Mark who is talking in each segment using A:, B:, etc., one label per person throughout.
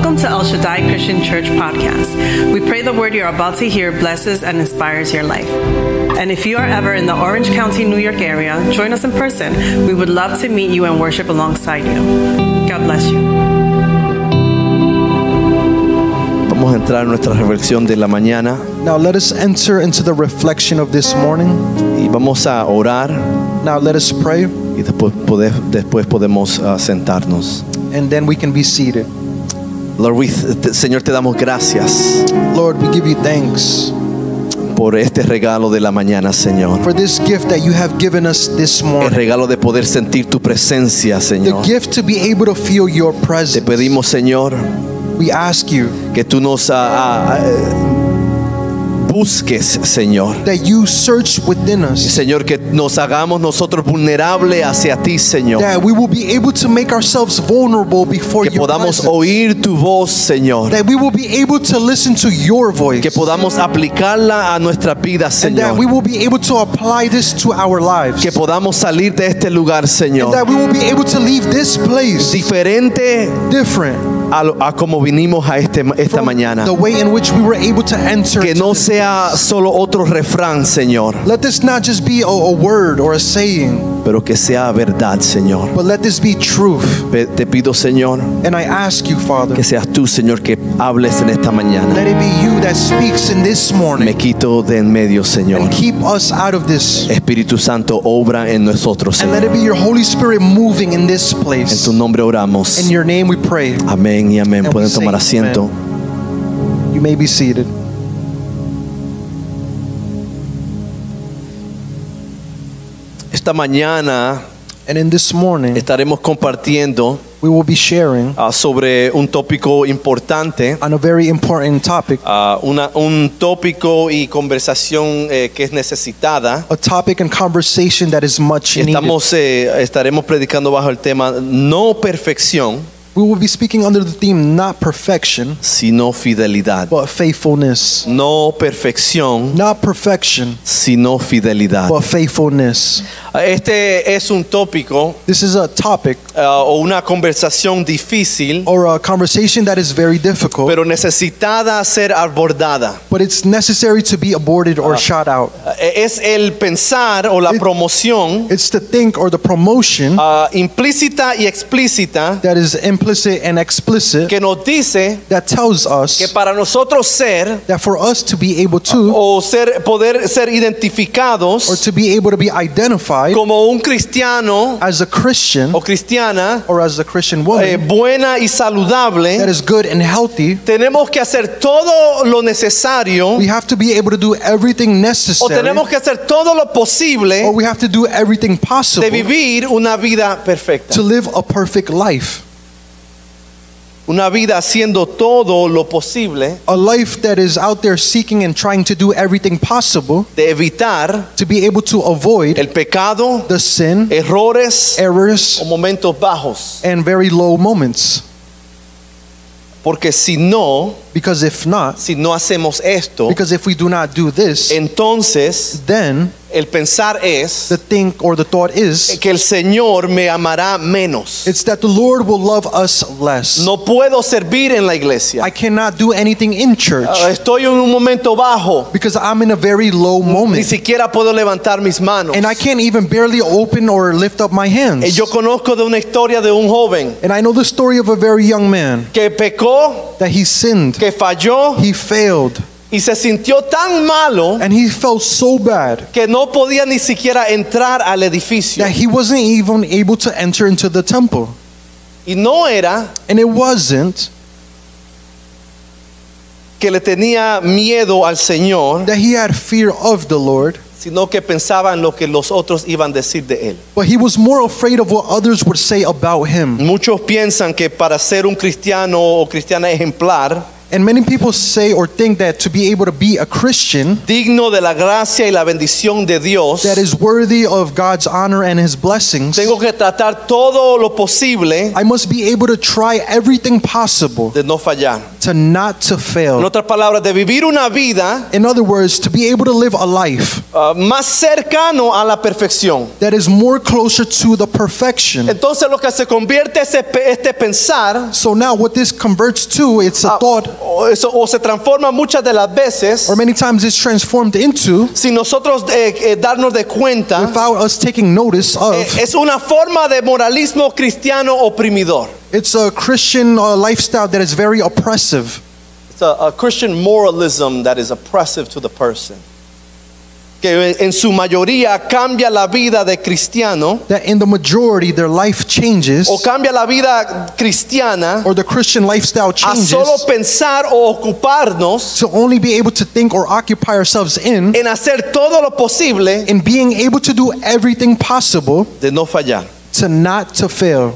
A: Shaddai Christian Church podcast. We pray the word you're about to hear blesses and inspires your life. And if you are ever in the Orange County, New York area, join us in person. We would love to meet you and worship alongside you. God bless you.
B: Vamos a entrar en nuestra reflexión de la mañana
C: Now let us enter into the reflection of this morning.
B: y vamos a orar
C: Now let us pray,
B: y después, poder- después podemos ah, sentarnos.
C: and then we can be seated.
B: Lord, we th- te- Señor, te damos gracias
C: Lord, we give you thanks
B: por este regalo de la mañana, Señor.
C: for this gift that you have given us this
B: El
C: morning.
B: regalo de poder sentir tu presencia,
C: The
B: Señor.
C: gift to be able to feel your
B: Te
C: presence.
B: pedimos, Señor,
C: We ask you
B: que tú nos ah, ah, eh, busques, Señor.
C: that you search within us,
B: Señor, que nos hagamos nosotros vulnerables hacia ti, Señor.
C: that we will be able to make ourselves vulnerable before
B: Que
C: you.
B: podamos oír tu voz, Señor.
C: That we will be able to listen to your voice.
B: Que podamos aplicarla a nuestra vida,
C: and that we
B: Señor.
C: will be able to apply this to our lives.
B: Que podamos salir de este lugar,
C: and
B: Señor.
C: that we will be able to leave this place
B: Diferente
C: different.
B: a, lo- a como vinimos a este, esta
C: from
B: mañana.
C: The way in which we were able to enter.
B: Que no sea solo otro refrán, Señor,
C: Let this not just be a, a word or a saying,
B: pero que sea verdad, Señor.
C: but let this be truth.
B: Pe- Te pido, Señor,
C: And I ask you, Father,
B: que seas tú, Señor, que hables en esta mañana.
C: let it be you that speaks in this
B: Me
C: morning
B: quito de en medio, Señor.
C: and keep us out of this.
B: Espíritu Santo, obra en nosotros,
C: And let
B: Señor.
C: it be your Holy Spirit moving in this
B: En
C: place.
B: tu nombre oramos.
C: In your name we pray.
B: Amén y amén.
C: And we
B: Pueden
C: say
B: tomar asiento.
C: You may be seated.
B: Esta mañana
C: And in this morning,
B: estaremos compartiendo
C: we will be sharing
B: ah, sobre un tópico importante,
C: on a very important topic,
B: ah, una- un tópico y conversación eh, que es necesitada.
C: a topic and conversation that is much needed.
B: Estamos, eh, estaremos predicando bajo el tema no perfección,
C: We will be speaking under the theme not perfection,
B: sino fidelidad.
C: but faithfulness.
B: No perfección,
C: not perfection,
B: sino fidelidad.
C: but faithfulness.
B: Este es un tópico
C: This is a topic
B: ah, o una conversación difícil,
C: or a conversation that is very difficult,
B: pero necesitada ser abordada. Eh,
C: but it's necessary to be aborted
B: Ah.
C: or shot out.
B: Es el pensar o la
C: It-
B: promoción
C: It's the think or the promotion
B: ah, implícita y explícita
C: that is implicit and explicit
B: que nos dice
C: that tells
B: que Ah,
C: us
B: para nosotros ser
C: that for us to be able to
B: o ser poder ser identificados
C: or to be able to be identified
B: como un cristiano
C: as a Christian
B: o cristiana
C: or as a Christian
B: eh,
C: woman
B: buena y
C: that
B: saludable,
C: is good and healthy,
B: tenemos que hacer todo lo necesario
C: we have to be able to do everything
B: o
C: necessary
B: tenemos que hacer todo lo posible
C: or we have to do everything
B: de
C: possible
B: vivir una vida perfecta.
C: to live a perfect life.
B: Una vida haciendo todo lo posible
C: a life that is out there seeking and trying to do everything possible
B: de evitar
C: to be able to avoid
B: el pecado,
C: the sin, Em-
B: errores o
C: errors,
B: momentos bajos.
C: and very low moments.
B: Porque si no,
C: Because if not,
B: si no hacemos esto,
C: because if we do not do this,
B: entonces
C: then
B: el pensar es
C: the think or the thought is
B: que el Señor me amará menos.
C: it's that the Lord will love us less.
B: No puedo servir en la iglesia.
C: I cannot do anything in
B: Ah,
C: church
B: Estoy en un momento bajo.
C: because I'm in a very low
B: Ni
C: moment
B: siquiera puedo levantar mis manos.
C: and I can't even barely open or lift up my
B: Eh,
C: hands.
B: Yo conozco de una historia de un joven
C: And I know the story of a very young man
B: que pecó,
C: that he sinned,
B: que falló
C: he failed,
B: y se sintió tan malo
C: and he felt so bad.
B: que no podía ni siquiera entrar al edificio.
C: that he wasn't even able to enter into the temple.
B: Y no era
C: And it wasn't
B: que le tenía miedo al Señor,
C: that he had fear of the Lord,
B: sino que pensaba en lo que los otros iban a decir de él.
C: but he was more afraid of what others would say about him.
B: Muchos piensan que para ser un cristiano o cristiana ejemplar,
C: And many people say or think that to be able to be a Christian
B: digno de la gracia y la bendición de Dios,
C: that is worthy of God's honor and his blessings,
B: tengo que tratar todo lo posible
C: I must be able to try everything possible
B: de no fallar.
C: to to not to
B: En
C: fail.
B: otras palabras, de vivir una vida
C: In other words, to be able to live a life
B: ah, más cercano a la perfección.
C: that is more closer to the perfection.
B: Entonces lo que se convierte es este este pensar
C: So now what this converts to, it's a
B: ah,
C: thought,
B: o, eso- o se transforma muchas de las veces
C: or many times it's transformed into
B: sin nosotros eh, eh, darnos de cuenta.
C: without us taking notice
B: eh,
C: of.
B: es una forma de moralismo cristiano oprimidor.
C: It's a Christian uh, lifestyle that is very oppressive.
B: It's a, a Christian moralism that is oppressive to the person. Que en su mayoría cambia la vida de cristiano
C: That in the majority, their life changes,
B: o cambia la vida cristiana
C: or the Christian lifestyle
B: a
C: changes,
B: solo pensar o ocuparnos
C: to only be able to think or occupy ourselves in,
B: en hacer todo lo posible
C: in being able to do everything possible
B: de no fallar.
C: to not to fail.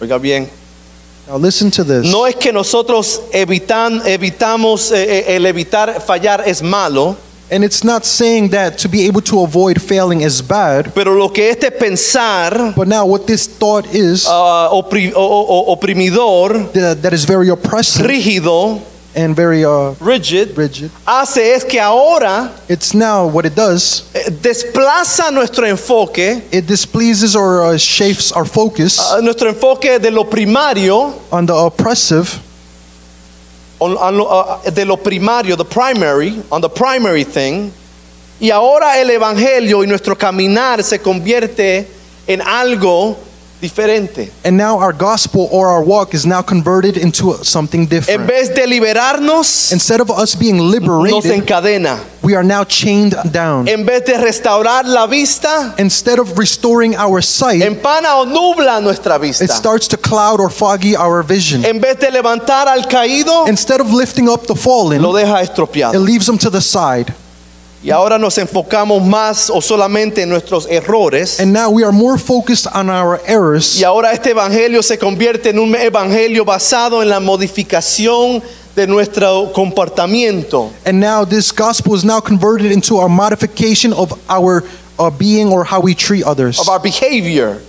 B: Oiga bien,
C: Now listen to this.
B: no es que nosotros evitan, evitamos, eh, eh, el evitar fallar es malo,
C: And it's not saying that to be able to avoid failing is bad,
B: pero lo que este pensar
C: but now what this thought is
B: ah, opri- o- o- o- oprimidor,
C: that, that is very oppressive
B: rígido,
C: and very uh,
B: rigid,
C: rigid.
B: hace es que ahora
C: It's now what it does.
B: eh, desplaza nuestro enfoque,
C: It displeases or uh, shapes our focus
B: ah, nuestro enfoque de lo primario,
C: on the oppressive
B: on- on lo- ah, de lo primario, the primary, on the primary thing, y ahora el evangelio y nuestro caminar se convierte en algo diferente.
C: And now our gospel or our walk is now converted into something
B: En
C: different.
B: vez de liberarnos,
C: Instead of us being
B: nos
C: liberated,
B: encadena.
C: we are now chained down.
B: En vez de restaurar la vista,
C: Instead of restoring our sight,
B: empana o nubla nuestra
C: it
B: vista.
C: starts to cloud or foggy our vision.
B: En vez de levantar al caído,
C: Instead of lifting up the
B: lo
C: fallen,
B: deja
C: it
B: estropeado.
C: leaves them to the side.
B: Y ahora nos enfocamos más o solamente en nuestros errores.
C: And now we are more focused on our errors.
B: Y ahora este evangelio se convierte en un evangelio basado en la modificación de nuestro comportamiento.
C: And now this gospel is now converted into a modification of our uh, being or how we treat others.
B: of our behavior.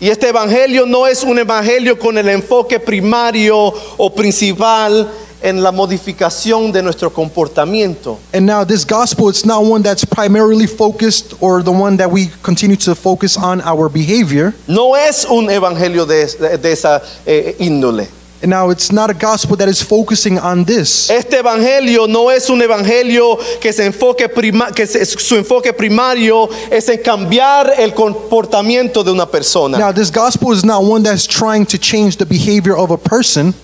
B: Y este evangelio no es un evangelio con el enfoque primario o principal en la modificación de nuestro comportamiento.
C: And now this gospel, it's not one that's primarily focused or the one that we continue to focus on our behavior.
B: No es un evangelio de, de- de esa eh, índole.
C: And now it's not a gospel that is focusing on this.
B: Este evangelio no es un evangelio que, se enfoque prima- que se- su enfoque primario es en cambiar el comportamiento de una persona.
C: Now this gospel is not one that's trying to change the behavior of a person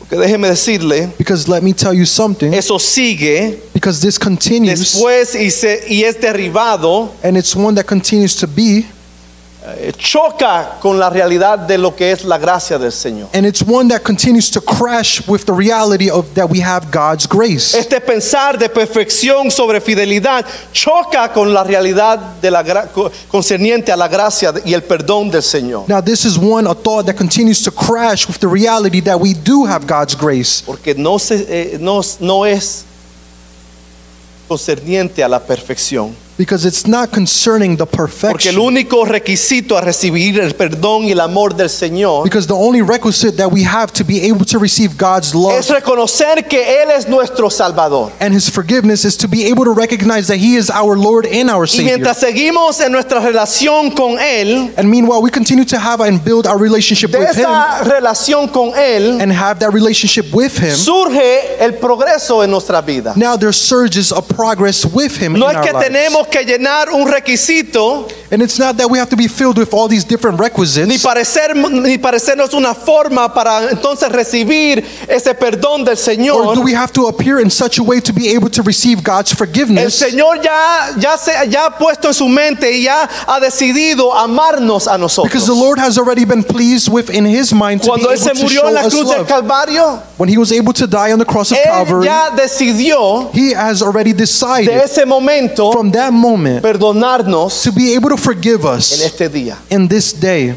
B: Porque déjeme decirle,
C: because let me tell you something
B: eso sigue
C: because this continues
B: después y, se- y es derribado
C: and it's one that continues to be
B: Eh, choca con la realidad de lo que es la gracia del Señor.
C: and it's one that continues to crash with the reality of that we have God's grace.
B: Este pensar de perfección sobre fidelidad choca con la realidad de la gra- co- concerniente a la gracia y el perdón del Señor.
C: Now this is one a thought that continues to crash with the reality that we do have God's grace.
B: Porque no, se- eh, no, no es concerniente a la perfección.
C: Because it's not concerning the
B: Porque el
C: perfection.
B: único requisito a recibir el perdón y el amor del Señor
C: Because the only requisite that we have to be able to receive God's
B: es
C: love
B: reconocer que Él es nuestro Salvador.
C: and His forgiveness is to be able to recognize that He is our Lord and our
B: Y
C: Savior.
B: mientras seguimos en nuestra relación con Él,
C: And meanwhile, we continue to have and build our relationship
B: de
C: with Him
B: esa relación con Él,
C: and have that relationship with Him.
B: surge el progreso en nuestra vida.
C: Now there surges a progress with Him in
B: No es
C: our
B: que
C: lives.
B: tenemos que llenar un requisito
C: And it's not that we have to be filled with all these different
B: ni
C: requisites
B: parecer ni parecernos una forma para entonces recibir ese perdón del
C: or
B: Señor.
C: do we have to appear in such a way to be able to receive God's
B: El
C: forgiveness.
B: Señor ya ya se ya ha puesto en su mente y ya ha decidido amarnos a
C: Because the
B: nosotros.
C: Lord has already been pleased with in His mind to be
B: Cuando él se
C: able to
B: murió
C: show
B: en la
C: us
B: cruz del
C: love.
B: Calvario,
C: When he was able to die on the cross of
B: él
C: Calvary,
B: ya decidió
C: he has already
B: de
C: decided
B: ese momento
C: from that moment
B: perdonarnos
C: to be able to forgive
B: en
C: us
B: este día.
C: in this day.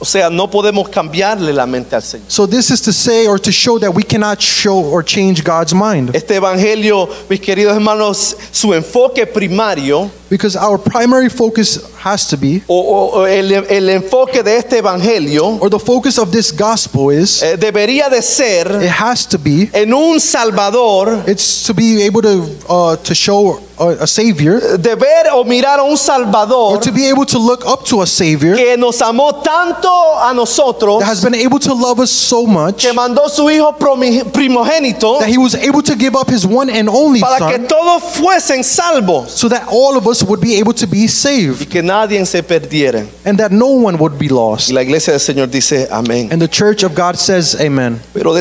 B: O sea, no podemos cambiarle la mente al Señor.
C: So this is to say or to show that we cannot show or change God's mind
B: Este evangelio, mis queridos hermanos, su enfoque primario
C: because our primary focus has to be
B: o, o- o el, el enfoque de este evangelio
C: or the focus of this gospel is
B: eh, debería de ser
C: it has to be
B: en un Salvador,
C: it's to be able to uh, to show a, a savior
B: de ver o mirar a un
C: or
B: Salvador
C: to be able to look up to a savior
B: que nos amó tanto a nosotros,
C: that has been able to love us so much
B: que mandó su hijo promi- primogénito
C: that he was able to give up his one and only
B: para que
C: son
B: todos fuesen salvos
C: so that all of us would be able to be
B: y
C: saved
B: que nadie se perdiera.
C: and that no one would be
B: Y
C: lost.
B: la iglesia del Señor dice amén.
C: And the church of God says amen.
B: Pero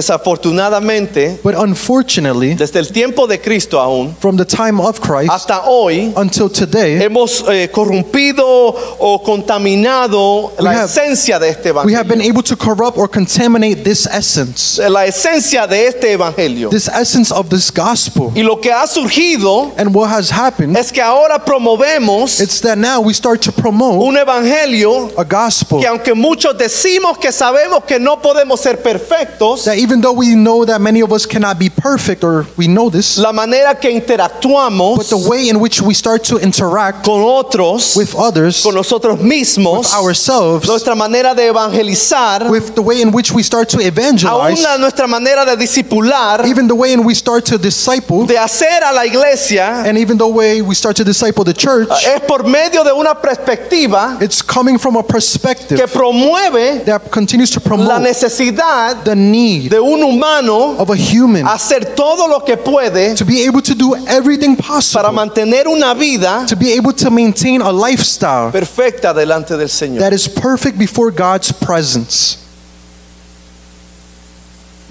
B: desafortunadamente,
C: But unfortunately,
B: desde el tiempo de Cristo aún
C: from the time of Christ
B: hasta hoy,
C: until today,
B: hemos eh, corrompido o contaminado la
C: We have-
B: esencia de este
C: we have
B: evangelio.
C: been able to corrupt or contaminate this essence,
B: La esencia de este evangelio.
C: this essence of this gospel.
B: Y lo que ha surgido
C: And what has happened
B: es que ahora promovemos
C: It's that now we start to promote
B: un evangelio
C: a gospel
B: que aunque muchos decimos que sabemos que no podemos ser perfectos,
C: that even though we know that many of us cannot be perfect, or we know this,
B: la manera que
C: but
B: interactuamos
C: the way in which we start to interact
B: con otros,
C: with others,
B: con
C: with
B: nosotros mismos,
C: ourselves,
B: nuestra manera de evangelizar,
C: with the way in which we start to
B: aún
C: evangelize,
B: la- nuestra manera de discipular,
C: even the way in we start to disciple,
B: de hacer a la iglesia, eh,
C: and even the way we start to disciple the church,
B: es por medio de una perspectiva
C: it's coming from a
B: que
C: perspective
B: promueve
C: that continues to
B: la
C: promote
B: necesidad
C: the need
B: de un humano
C: of a human
B: hacer todo lo que puede
C: to be able to do everything
B: para
C: possible,
B: mantener una vida
C: to be able to maintain a lifestyle.
B: perfecta delante del Señor.
C: that is perfect before God's presence.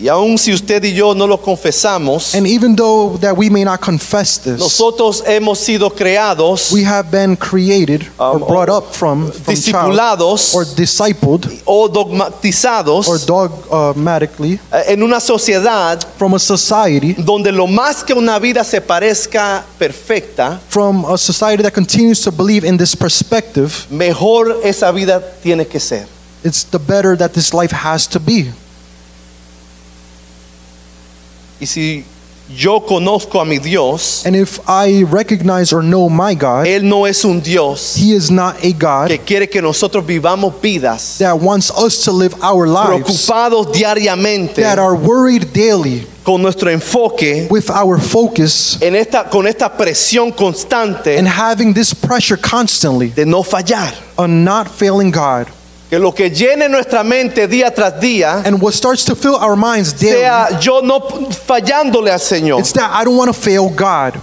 B: Y aun si usted y yo no lo confesamos,
C: And even though that we may not confess this,
B: nosotros hemos sido creados
C: we have been created or
B: Um,
C: brought up from, from child
B: Discipulados.
C: or discipled
B: o dogmatizados
C: or dogmatically
B: eh, en una sociedad
C: from a society
B: donde lo más que una vida se parezca perfecta,
C: from a society that continues to believe in this perspective
B: mejor esa vida tiene que ser.
C: it's the better that this life has to be
B: Y si yo conozco a mi Dios,
C: and if i recognize or know my god
B: Él no es un Dios
C: he is not a god
B: que quiere que nosotros vivamos vidas
C: that wants us to live our lives
B: preocupados diariamente
C: that are worried daily
B: con nuestro enfoque
C: with our focus
B: en esta, con esta presión
C: and
B: constante
C: having this pressure constantly
B: de no fallar.
C: on not failing God.
B: Que lo que llene nuestra mente día tras día
C: And what starts to fill our minds daily,
B: sea yo no p- fallándole al Señor.
C: it's that I don't want to fail God.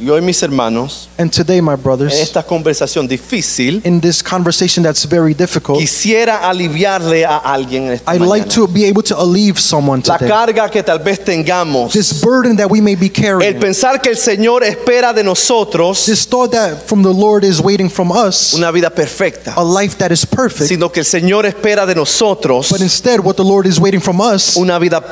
B: Y hoy mis hermanos,
C: And today, my
B: en
C: brothers,
B: esta conversación difícil,
C: in this conversation that's very difficult,
B: quisiera aliviarle a alguien en esta
C: I'd Oh. like
B: mañana.
C: to be able to alleviate someone
B: La
C: today.
B: carga que tal vez tengamos,
C: This burden that we may be
B: el
C: carrying,
B: pensar que el Señor espera de nosotros
C: this thought that from the Lord is waiting from us,
B: una vida perfecta,
C: a life that is perfect,
B: sino que el Señor espera de nosotros
C: but instead, what the Lord is waiting from us
B: una vida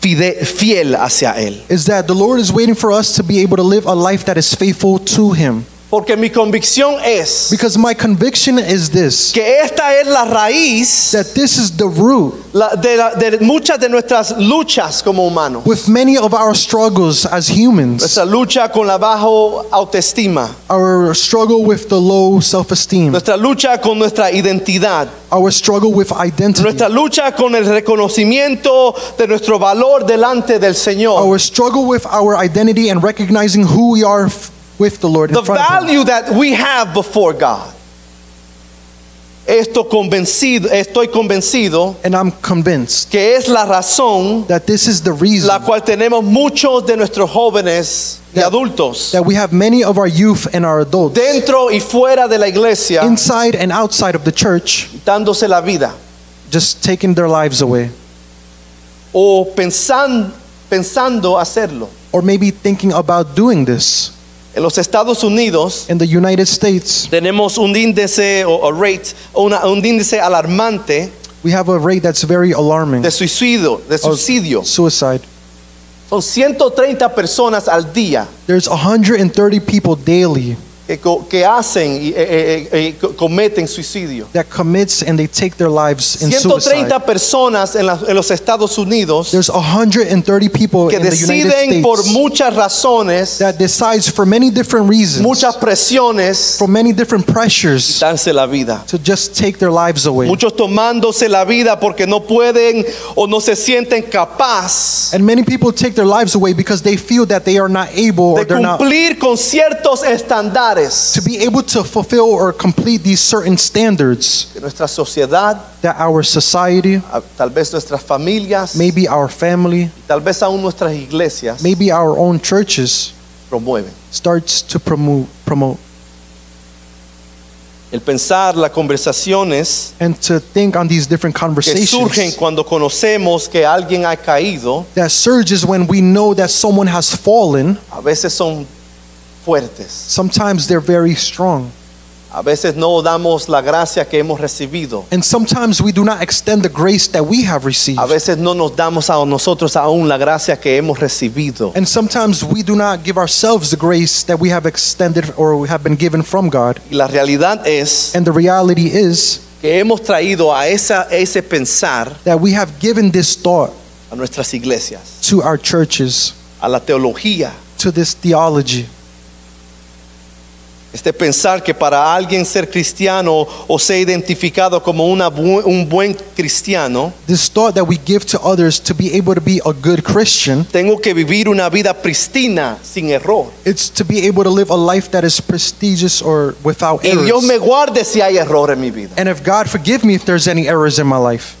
B: fide- fiel hacia Él.
C: is that the Lord is waiting for us to be able to live a life that is faithful to Him.
B: Porque mi convicción es
C: Because my conviction is this
B: que esta es la raíz
C: that this is the root
B: la- de, la- de muchas de nuestras luchas como humanos.
C: with many of our struggles as humans,
B: Nuestra lucha con la bajo autoestima,
C: our struggle with the low self esteem,
B: nuestra lucha con nuestra identidad,
C: our struggle with
B: nuestra
C: identity,
B: lucha con el reconocimiento de nuestro valor delante del Señor.
C: our struggle with our identity and recognizing who we are f- with the Lord in
B: The
C: front of Him.
B: value that we have before God. Esto convencido, estoy convencido
C: And I'm convinced
B: que es la razón
C: that this is the reason
B: la cual tenemos muchos de nuestros jóvenes y
C: That-
B: adultos
C: that we have many of our youth and our adults
B: dentro y fuera de la iglesia
C: inside and outside of the church
B: dándose la vida
C: just taking their lives away
B: o pensan- pensando hacerlo.
C: or maybe thinking about doing this.
B: En los Estados Unidos
C: In the United States,
B: tenemos un índice o, o rate, o una- un índice alarmante
C: we have a rate that's very alarming
B: de suicidio, de
C: of
B: suicidio.
C: suicide.
B: Son 130 personas al día
C: There's 130 people daily
B: que que, co- que hacen y eh, eh, eh, co- cometen suicidio.
C: that commits and they take their lives in
B: 130
C: suicide.
B: personas en, la- en los Estados Unidos
C: There's 130 people
B: que
C: in the United
B: deciden por
C: States
B: muchas razones,
C: that decides for many different reasons,
B: muchas presiones,
C: for many different pressures,
B: darse la vida.
C: to just take their lives away.
B: Muchos tomándose la vida porque no pueden o no se sienten capaz
C: And many people take their lives away because they feel that they are not able or
B: de
C: they're not
B: cumplir con ciertos estándares
C: to be able to fulfill or complete these certain standards
B: que nuestra sociedad,
C: that our society,
B: a- tal vez nuestras familias,
C: maybe our family,
B: tal vez aún nuestras iglesias
C: maybe our own churches
B: promueven.
C: starts to promote promote
B: El pensar las conversaciones
C: and to think on these different
B: que surgen
C: conversations
B: cuando conocemos que alguien ha caído,
C: that surges when we know that someone has fallen
B: a veces son fuertes.
C: sometimes they're very strong
B: A veces no damos la gracia que hemos recibido.
C: and sometimes we do not extend the grace that we have received
B: A veces no nos damos a nosotros aún la gracia que hemos recibido.
C: and sometimes we do not give ourselves the grace that we have extended or we have been given from God
B: Y la realidad es
C: and the reality is
B: que hemos traído a esa, ese pensar
C: that we have given this thought
B: a nuestras iglesias,
C: to our churches
B: a la teología.
C: to this theology
B: Este pensar que para alguien ser cristiano o ser identificado como una bu- un buen cristiano,
C: this thought that we give to others to be able to be a good Christian
B: tengo que vivir una vida pristina, sin error.
C: it's to be able to live a life that is prestigious or without
B: Y
C: errors
B: Dios me guarde si hay error en mi vida.
C: and if God forgive me if there's any errors in my life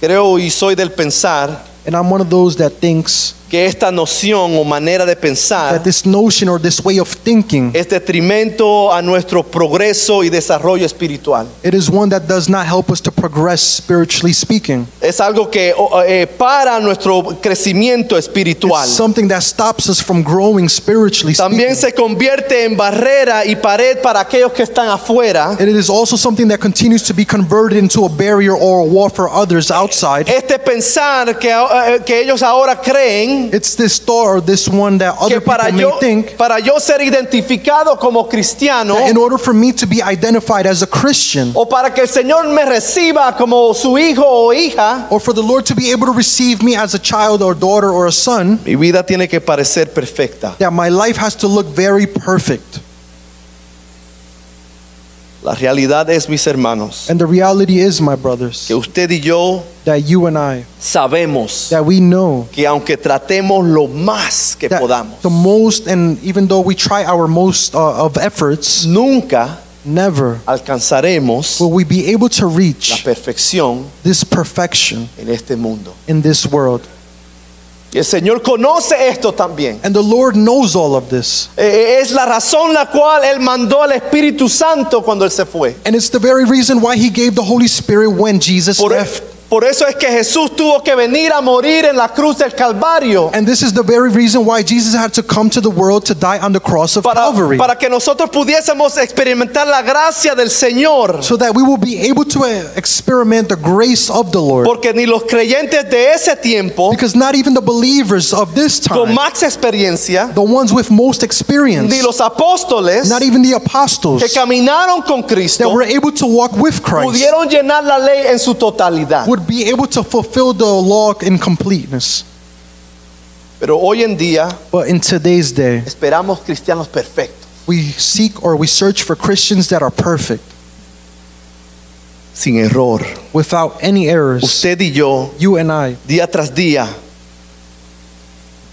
B: Creo y soy del pensar
C: and I'm one of those that thinks
B: que esta noción o manera de pensar
C: that this notion or this way of thinking
B: es detrimento a nuestro progreso y desarrollo espiritual.
C: it is one that does not help us to progress spiritually speaking
B: Es algo que o- eh, para nuestro crecimiento espiritual.
C: it's something that stops us from growing spiritually
B: También
C: speaking
B: se convierte en barrera y pared para aquellos que están afuera.
C: and it is also something that continues to be converted into a barrier or a wall for others outside
B: Este pensar que, eh, que ellos ahora creen
C: it's this thought or this one that other
B: que para
C: people may
B: yo,
C: think
B: para yo ser identificado como cristiano
C: that in order for me to be identified as a Christian
B: o para que el Señor me reciba como su hijo o hija,
C: or for the Lord to be able to receive me as a child or daughter or a son,
B: mi vida tiene que parecer perfecta.
C: that my life has to look very perfect.
B: La realidad es, mis hermanos,
C: And the reality is, my brothers,
B: que usted y yo
C: that you and I,
B: sabemos
C: that we know
B: que aunque tratemos lo más que
C: that
B: podamos,
C: the most, and even though we try our most uh, of efforts,
B: nunca
C: never
B: alcanzaremos
C: will we be able to
B: la
C: reach
B: perfección
C: this perfection
B: en este mundo.
C: in this world.
B: Y el Señor conoce esto también.
C: And the Lord knows all of this.
B: Eh, Es la razón la cual Él mandó al Espíritu Santo cuando Él se fue.
C: And it's the very reason why He gave the Holy Spirit when Jesus
B: Por, e,
C: left.
B: por eso es que Jesús tuvo que venir a morir en la cruz del Calvario.
C: And this is the very reason why Jesus had to come to the world to die on the cross of
B: Para,
C: Calvary.
B: para que nosotros pudiésemos experimentar la gracia del Señor.
C: so that we will be able to uh, experiment the grace of the Lord.
B: Porque ni los creyentes de ese tiempo,
C: Because not even the believers of this
B: con
C: time,
B: más experiencia,
C: the ones with most experience,
B: ni los apóstoles
C: not even
B: que
C: the apostles
B: caminaron con
C: that
B: Cristo,
C: were able to walk with Christ,
B: pudieron llenar la ley en su totalidad.
C: would be able to fulfill the law in completeness.
B: Pero hoy en día
C: But in today's day,
B: esperamos cristianos perfectos.
C: we seek or we search for Christians that are perfect,
B: sin error.
C: without any errors.
B: Usted y yo,
C: You and I,
B: día tras día,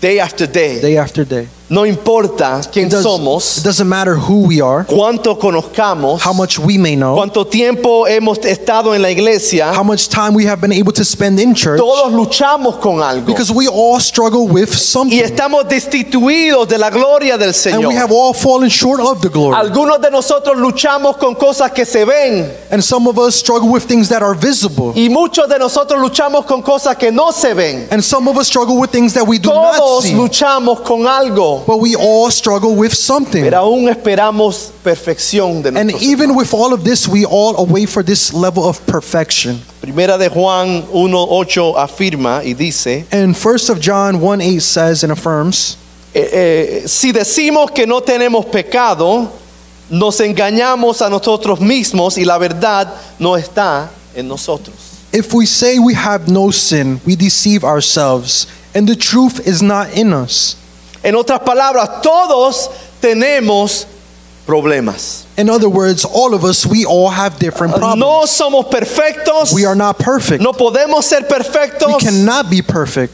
B: day after day,
C: day after day.
B: no importa quién
C: It does- it
B: somos,
C: doesn't matter who we are.
B: cuánto conozcamos,
C: how much we may know,
B: cuánto tiempo hemos estado en la
C: how
B: iglesia,
C: much time we have been able to spend in church,
B: todos luchamos con algo
C: because we all struggle with
B: y
C: something.
B: estamos destituidos de la gloria del
C: And
B: Señor.
C: we have all fallen short of the glory.
B: Algunos de nosotros luchamos con cosas que se ven
C: And some of us struggle with things that are visible.
B: y muchos de nosotros luchamos con cosas que no se ven.
C: And some of us struggle with things that we do not
B: Todos
C: see.
B: luchamos con algo,
C: But we all struggle with something.
B: pero aún esperamos perfección de
C: And
B: nosotros.
C: even with all of this, we all await for this level of perfection.
B: Primera de Juan 1:8 afirma y dice,
C: And first of John 1 8 says and affirms,
B: eh, eh, si decimos que no tenemos pecado, nos engañamos a nosotros mismos y la verdad no está en nosotros.
C: If we say we have no sin, we deceive ourselves, and the truth is not in us.
B: En otras palabras, todos tenemos problemas.
C: In other words, all of us, we all have different problems.
B: Uh, No somos perfectos.
C: We are not perfect.
B: No podemos ser
C: We
B: perfectos.
C: cannot be perfect.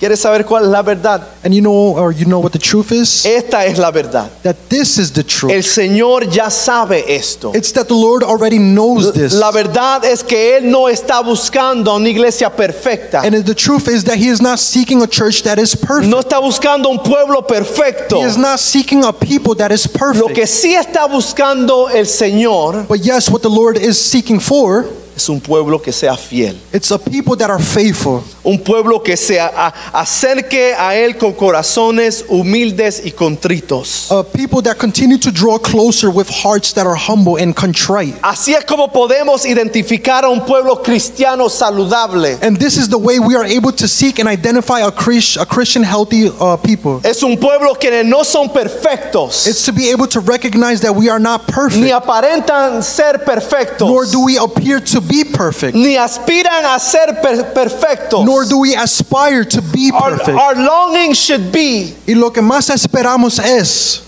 B: ¿Quieres saber cuál es la verdad?
C: And you know, or you know what the truth is?
B: Esta es la verdad.
C: That this is the
B: Eh, El
C: truth.
B: Señor ya sabe esto.
C: It's that the Lord already knows this.
B: La verdad es que Él no está buscando a una iglesia perfecta.
C: And the truth is that He is not seeking a church that is perfect.
B: No está buscando un pueblo perfecto.
C: He is not seeking a people that is
B: Lo que
C: perfect.
B: sí está buscando el Señor
C: But yes, what the Lord is seeking for,
B: es un pueblo que sea fiel.
C: it's a people that are faithful.
B: Un pueblo que se a- a- acerque a Él con corazones humildes y contritos.
C: A people that continue to draw closer with hearts that are humble and contrite.
B: Así es como podemos identificar a un pueblo cristiano saludable.
C: And this is the way we are able to seek and identify a, Chris, a Christian healthy uh, people.
B: Es un pueblo que no son perfectos,
C: It's to be able to recognize that we are not
B: ni
C: perfect,
B: aparentan ser
C: nor
B: perfectos,
C: do we appear to be perfect,
B: ni aspiran a ser per- perfectos.
C: nor do we aspire to be
B: Our,
C: perfect.
B: our longing should be
C: Y lo que más esperamos es,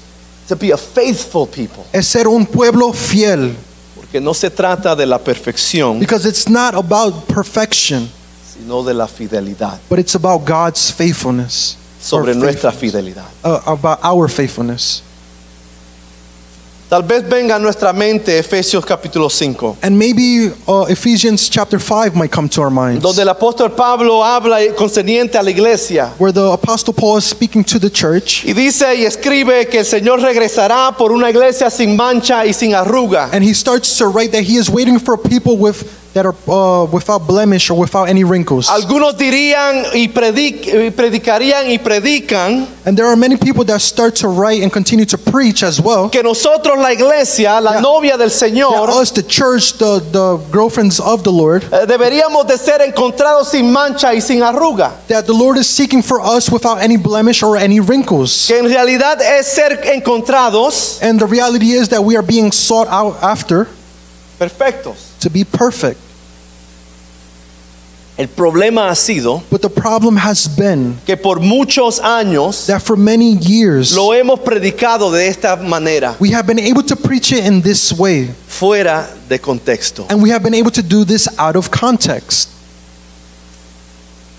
B: to be a faithful people,
C: es ser un pueblo fiel,
B: porque no se trata de la perfección,
C: because it's not about perfection,
B: sino de la fidelidad,
C: but it's about God's faithfulness, or
B: sobre nuestra
C: faithfulness.
B: fidelidad.
C: Uh, about our faithfulness.
B: Tal vez venga a nuestra mente Efesios capítulo 5,
C: And maybe uh, Ephesians chapter 5 might come to our minds,
B: donde el apóstol Pablo habla concerniente a la iglesia.
C: where the Apostle Paul is speaking to the church.
B: Y dice y escribe que el Señor regresará por una iglesia sin mancha y sin arruga.
C: and he starts to write that he is waiting for people with that are uh, without blemish or without any wrinkles.
B: Algunos dirían y predic- y predicarían y predican
C: And there are many people that start to write and continue to preach as well.
B: que nosotros la iglesia, la
C: Yeah.
B: novia del
C: That
B: Señor,
C: us, the church, the, the girlfriends of the Lord,
B: eh, deberíamos de ser encontrados sin mancha y sin arruga.
C: that the Lord is seeking for us without any blemish or any wrinkles.
B: Que en realidad es ser encontrados
C: And the reality is that we are being sought out after
B: perfectos.
C: to be perfect.
B: El problema ha sido
C: But the problem has been
B: que por muchos años
C: that for many years,
B: lo hemos predicado de esta manera,
C: we have been able to preach it in this way,
B: fuera de contexto.
C: and we have been able to do this out of context.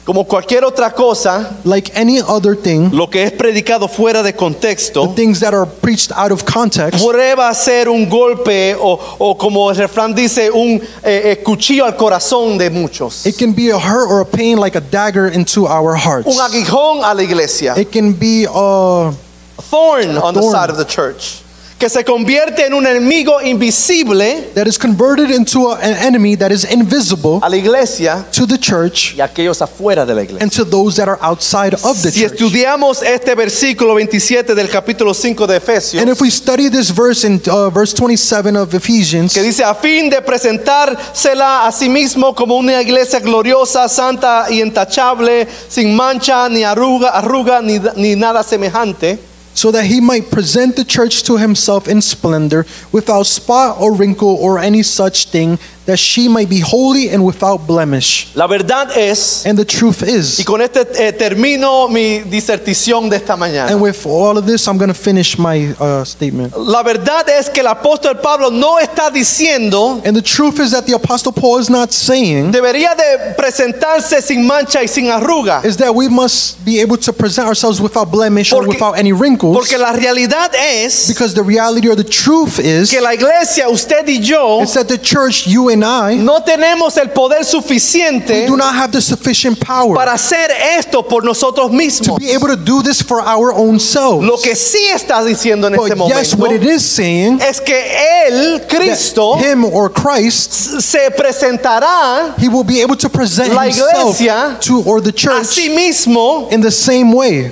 B: Como cualquier otra cosa,
C: Like any other thing,
B: lo que es predicado fuera de contexto
C: the things that are preached out of context
B: prueba a ser un golpe o, o como el refrán dice, un eh, eh, cuchillo al corazón de muchos.
C: it can be a hurt or a pain like a dagger into our hearts
B: Un aguijón a la iglesia.
C: it can be uh,
B: A thorn on the
C: thorn.
B: side of the church. Que se convierte en un enemigo invisible
C: that is converted into a- an enemy that is invisible
B: a la iglesia
C: to the church
B: y a aquellos afuera de la iglesia.
C: and to those that are outside of the
B: Si
C: church
B: estudiamos este versículo 27 del capítulo 5 de Efesios,
C: and if we study this verse in uh, verse 27 of ephesians
B: que dice a fin de presentársela a sí mismo como una iglesia gloriosa, santa y intachable, sin mancha ni arruga, arruga ni, ni nada semejante.
C: so that he might present the church to himself in splendor without spot or wrinkle or any such thing that she might be holy and without blemish
B: La verdad es,
C: and the truth is
B: y con este eh, termino mi disertación de esta mañana.
C: And with all of this, I'm going to finish my uh, statement.
B: La verdad es que el apóstol Pablo no está diciendo
C: And the truth is that the Apostle Paul is not saying
B: debería de presentarse sin mancha y sin arruga.
C: is that we must be able to present ourselves without blemish or
B: Porque-
C: without any wrinkles.
B: Porque la realidad es
C: Because the reality or the truth is
B: que la iglesia, usted y yo,
C: is that the church, you and I,
B: no tenemos el poder suficiente
C: do not have the sufficient power
B: para hacer esto por nosotros
C: to
B: mismos.
C: be able to do this for our own selves.
B: Lo que sí está diciendo en este
C: but
B: momento
C: yes, what it is saying
B: es que él, Cristo,
C: that him or Christ,
B: se presentará
C: he will be able to present
B: La
C: himself
B: iglesia
C: to or the
B: a
C: church
B: sí mismo.
C: in the same way.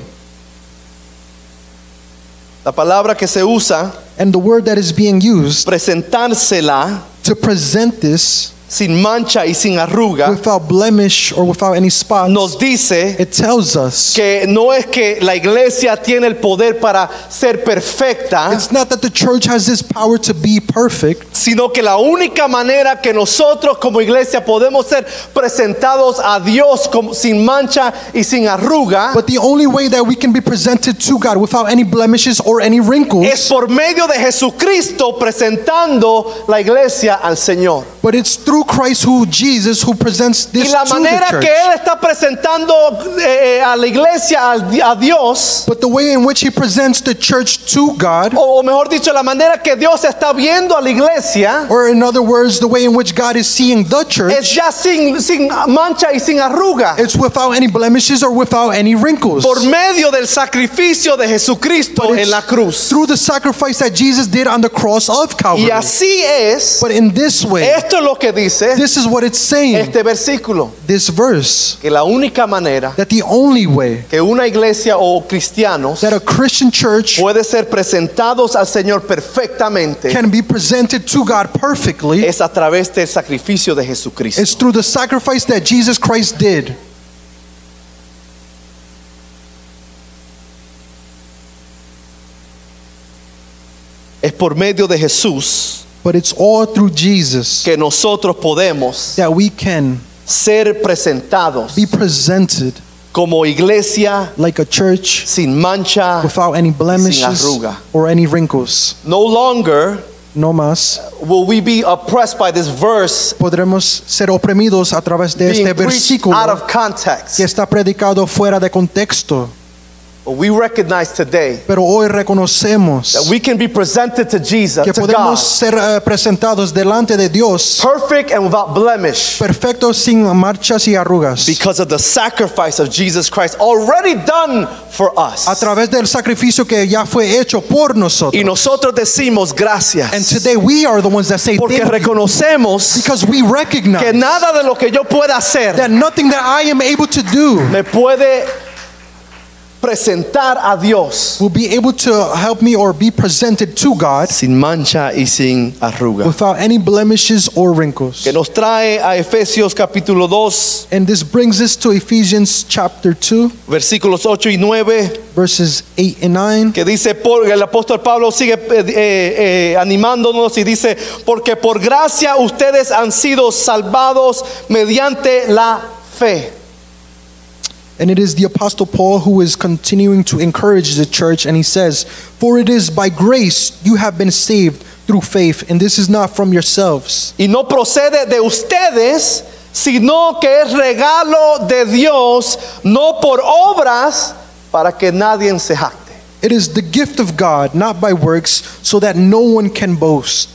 B: La palabra que se usa,
C: And the word that is being used
B: presentársela,
C: to present this
B: sin mancha y sin arruga,
C: without blemish or without any spots,
B: nos dice
C: it tells us
B: que no es que la iglesia tiene el poder para ser perfecta,
C: it's not that the church has this power to be perfect,
B: sino que la única manera que nosotros como iglesia podemos ser presentados a Dios como- sin mancha y sin arruga
C: but the only way that we can be presented to God without any blemishes or any wrinkles,
B: es por medio de Jesucristo presentando la iglesia al Señor.
C: but it's through Christ who Jesus who presents
B: Y
C: this
B: la
C: to the
B: manera
C: church.
B: que Él está presentando eh, eh, a la iglesia, al di- a Dios,
C: but the way in which he presents the church to God,
B: o, o mejor dicho, la manera que Dios está viendo a la iglesia,
C: or in other words, the way in which God is seeing the church,
B: es ya sin, sin mancha y sin arruga.
C: it's without any blemishes or without any wrinkles.
B: Por medio del sacrificio de Jesucristo
C: But it's
B: en la cruz.
C: Through the sacrifice that Jesus did on the cross of Calvary.
B: Y así es,
C: But in this way,
B: esto es lo que dice
C: this is what it's saying,
B: este versículo,
C: this verse,
B: que la única manera
C: that the only way
B: que una iglesia o cristianos
C: that a Christian church
B: puede ser presentados al Señor perfectamente
C: can be presented to God perfectly
B: es a través del sacrificio de Jesucristo.
C: is through the sacrifice that Jesus Christ did.
B: Es por medio de Jesús
C: But it's all through Jesus
B: que nosotros podemos
C: that we can
B: ser presentados
C: be presented
B: como iglesia
C: like a church
B: sin mancha.
C: without any blemishes
B: arruga.
C: or any wrinkles.
B: No longer
C: No más
B: will we be oppressed by this verse
C: podremos ser oprimidos a través de este
B: being preached
C: versículo
B: out of
C: que
B: context.
C: está predicado fuera de contexto.
B: We recognize today
C: Pero hoy reconocemos
B: that we can be presented to Jesus,
C: que
B: to God,
C: podemos ser eh, presentados delante de Dios
B: perfect and without blemish,
C: perfectos sin marchas y arrugas
B: because of the sacrifice of Jesus Christ already done for
C: a
B: us.
C: través del sacrificio que ya fue hecho por
B: Y
C: nosotros.
B: nosotros decimos
C: And
B: gracias,
C: today we are the ones that say
B: porque
C: thank you
B: reconocemos
C: because we recognize
B: que nada de lo que yo pueda hacer
C: that nothing that I am able to do
B: me puede presentar a Dios
C: will be able to help me or be presented to God
B: sin mancha y sin arruga.
C: without any blemishes or wrinkles.
B: Que nos trae a Efesios capítulo 2,
C: And this brings us to Ephesians chapter 2,
B: versículos 8 y 9.
C: verses 8 and 9.
B: que dice por- el apóstol Pablo sigue eh, eh, eh, animándonos y dice porque por gracia ustedes han sido salvados mediante la fe
C: And it is the Apostle Paul who is continuing to encourage the church, and he says, For it is by grace you have been saved through faith, and this is not from yourselves.
B: y no procede de ustedes sino que es regalo de Dios no por obras para que nadie se jacte
C: It is the gift of God, not by works, so that no one can boast.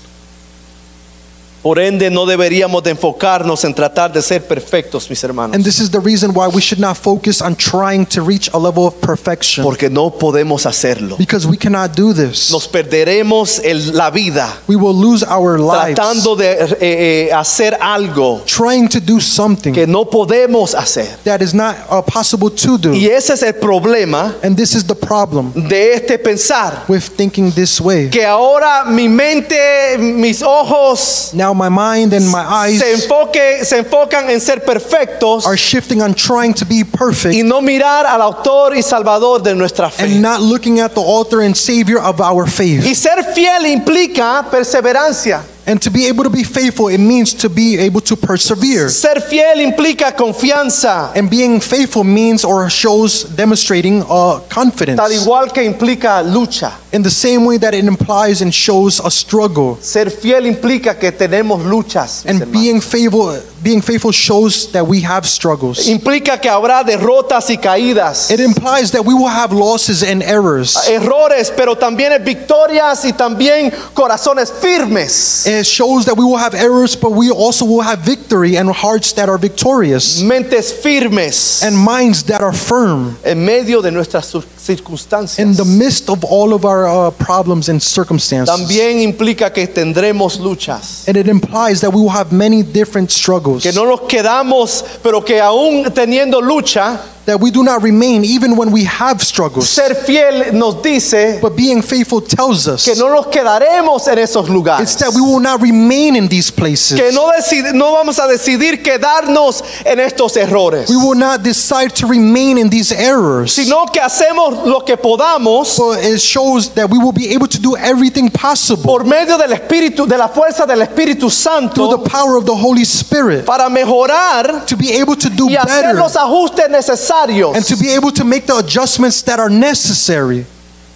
B: por ende no deberíamos de enfocarnos en tratar de ser perfectos mis hermanos
C: And this is the reason why we should not focus on trying to reach a level of perfection,
B: porque no podemos hacerlo
C: because we cannot do this.
B: nos perderemos el- la vida
C: We will lose our lives
B: tratando de eh, eh, hacer algo
C: trying to do something
B: que no podemos hacer.
C: that is not uh, possible to
B: Y
C: do.
B: ese es el problema
C: And this is the problem
B: de este pensar.
C: with thinking this way.
B: Que ahora mi mente, mis ojos
C: Now my mind and my
B: se,
C: eyes
B: enfoque, se enfocan en ser perfectos
C: are shifting on trying to be perfect
B: y no mirar al autor y salvador de nuestra
C: and
B: fe.
C: not looking at the author and savior of our faith.
B: Y ser fiel implica perseverancia.
C: And to be able to be faithful, it means to be able to persevere.
B: Ser fiel implica confianza,
C: And being faithful means or shows demonstrating uh,
B: tal
C: confidence
B: igual que implica lucha.
C: in the same way that it implies and shows a struggle.
B: Ser fiel implica que tenemos luchas. mis
C: And
B: hermanos.
C: being faithful, being faithful shows that we have struggles.
B: Implica que habrá derrotas y caídas.
C: It implies that we will have losses and errors.
B: Uh, errores, pero también es victorias y también corazones firmes,
C: It shows that we will have errors, but we also will have victory and hearts that are victorious
B: mentes firmes
C: and minds that are firm
B: en medio de nuestras cir-
C: in
B: circunstancias.
C: the midst of all of our uh, problems and circumstances.
B: También implica que tendremos luchas,
C: And it implies that we will have many different struggles.
B: que no nos quedamos, pero que aún teniendo lucha,
C: that we do not remain even when we have struggles.
B: Ser fiel nos dice
C: But being faithful tells us
B: que no nos quedaremos en esos lugares.
C: it's that we will not remain in these places.
B: Que no, decid- no vamos a decidir quedarnos en estos errores,
C: We will not decide to remain in these errors.
B: sino que hacemos lo que podamos
C: But it shows that we will be able to do everything possible
B: por medio del Espíritu, de la fuerza del Espíritu
C: through the
B: Santo,
C: power of the Holy Spirit
B: para mejorar
C: to be able to do
B: y hacer
C: better
B: los ajustes necesarios.
C: and to be able to make the adjustments that are necessary.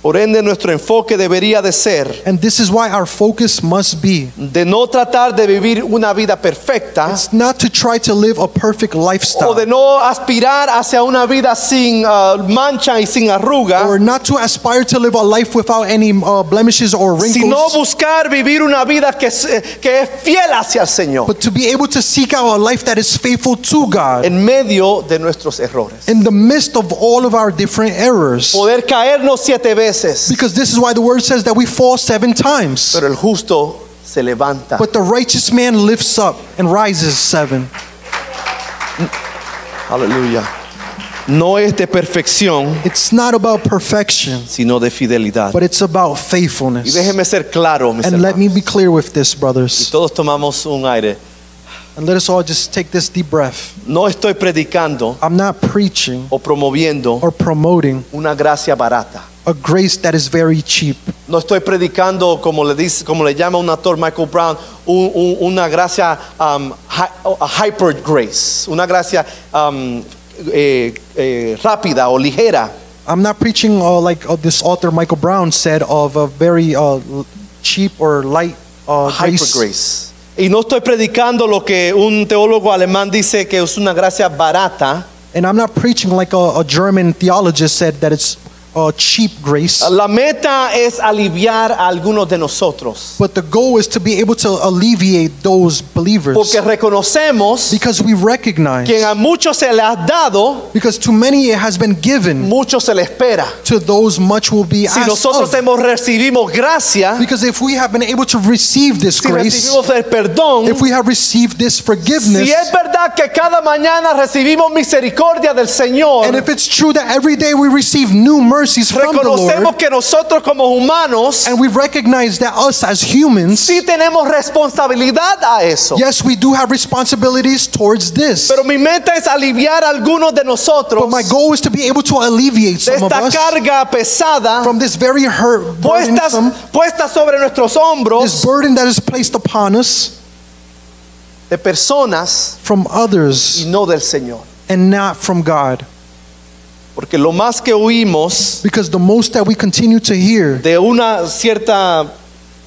B: Por ende, nuestro enfoque debería de ser
C: And this is why our focus must be
B: de no tratar de vivir una vida perfecta
C: it's not to try to live a perfect
B: o de
C: lifestyle
B: no aspirar hacia una vida sin ah, mancha y sin arruga,
C: or not to aspire to live a life without any uh, blemishes or
B: sino
C: wrinkles,
B: buscar vivir una vida que, se- que es fiel hacia el Señor
C: but to be able to seek out a life that is faithful to God
B: en medio de nuestros errores.
C: in the midst of all of our different errors.
B: Poder caernos siete veces,
C: Because this is why the word says that we fall seven times.
B: pero el justo se levanta.
C: But the righteous man lifts up and rises seven.
B: Aleluya. No es de perfección,
C: It's not about perfection,
B: sino de fidelidad.
C: but it's about
B: Y
C: faithfulness.
B: déjeme ser claro, mis
C: And let me
B: hermanos.
C: be clear with this,
B: Y
C: brothers.
B: todos tomamos un aire.
C: And let us all just take this deep breath.
B: No estoy predicando
C: I'm not preaching
B: o promoviendo
C: or promoting
B: una gracia barata.
C: a grace that is very cheap.
B: No estoy predicando, como le, dice, como le llama un actor Michael Brown, un- un- una gracia um, hi- a hyper grace, una gracia um, eh, eh, rápida o ligera.
C: I'm not preaching uh, like uh, this author Michael Brown said of a very uh, l- cheap or light uh,
B: Hyper
C: grace.
B: grace. Y no estoy predicando lo que un teólogo alemán dice que es una gracia barata.
C: And I'm not preaching like a, a German theologist said that it's uh, cheap grace.
B: La meta es aliviar a algunos de nosotros,
C: But the goal is to be able to alleviate those believers.
B: porque reconocemos
C: Because we recognize.
B: que a muchos se le ha dado,
C: Because to many it has been given.
B: mucho se le espera.
C: To those much will be
B: Si
C: asked
B: nosotros
C: of.
B: hemos recibimos gracia,
C: Because if we have been able to receive this
B: si
C: grace,
B: recibimos el perdón,
C: if we have received this forgiveness,
B: si es verdad que cada mañana recibimos misericordia del
C: and
B: Señor,
C: if it's true that every day we receive new mercies from the
B: reconocemos
C: Lord,
B: que nosotros como humanos
C: and we recognize that us as humans,
B: sí tenemos responsabilidad a eso.
C: yes, we do have responsibilities towards this.
B: Pero mi meta es aliviar a algunos de nosotros
C: But my goal is to be able to alleviate
B: de
C: some of
B: esta
C: us
B: carga pesada
C: from this very hurt,
B: puestas,
C: burdensome,
B: puestas sobre nuestros
C: this
B: hombros
C: burden that is placed upon us
B: de personas
C: from
B: y
C: others
B: no del Señor.
C: and not from God.
B: Porque lo más que oímos
C: Because the most that we continue to hear
B: de una cierta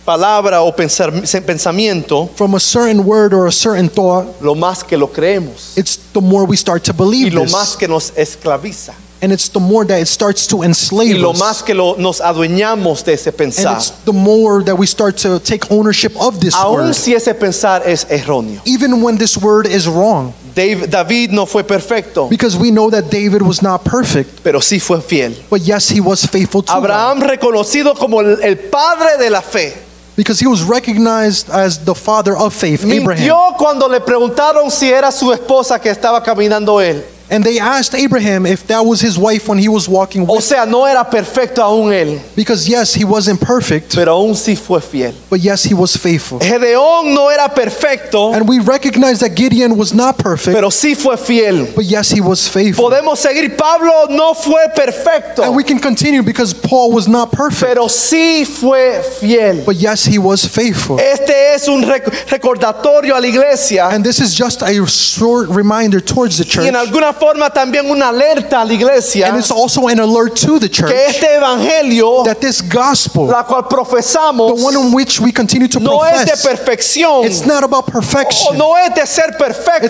B: palabra o pensar- pensamiento,
C: from a certain word or a certain thought,
B: lo más que lo creemos
C: it's the more we start to
B: y
C: believe
B: lo más
C: this.
B: que nos esclaviza
C: And it's the more that it starts to
B: y
C: enslave
B: lo
C: us.
B: más que lo- nos adueñamos de ese
C: And
B: pensar,
C: it's the more that we start to take ownership of this
B: aun
C: word,
B: si ese pensar es erróneo.
C: even when this word is wrong.
B: Dave- David no fue perfecto,
C: Because we know that David was not perfect,
B: pero sí fue fiel.
C: but yes, he was faithful to God.
B: Abraham reconocido como el, el padre de la fe,
C: Because he was recognized as the father of faith, Abraham.
B: mintió cuando le preguntaron si era su esposa que estaba caminando él.
C: And they asked Abraham if that was his wife when he was walking
B: O
C: with,
B: sea, no era perfecto aún él,
C: because yes, he wasn't perfect,
B: pero aún sí fue fiel.
C: but yes, he was faithful.
B: Gedeón no era perfecto,
C: And we recognize that Gideon was not perfect,
B: pero sí fue fiel.
C: but yes, he was faithful.
B: Podemos seguir, Pablo no fue perfecto,
C: And we can continue because Paul was not perfect,
B: pero sí fue fiel.
C: but yes, he was faithful.
B: Este es un rec- recordatorio a la iglesia
C: And this is just a short reminder towards the
B: y
C: church,
B: en alguna forma también una alerta a la iglesia
C: and it's also an alert to the
B: que
C: church
B: este evangelio,
C: that this gospel, the
B: la cual profesamos,
C: one in which we continue to
B: no es de
C: profess,
B: perfección.
C: it's not about
B: O
C: perfection.
B: no es de ser
C: It's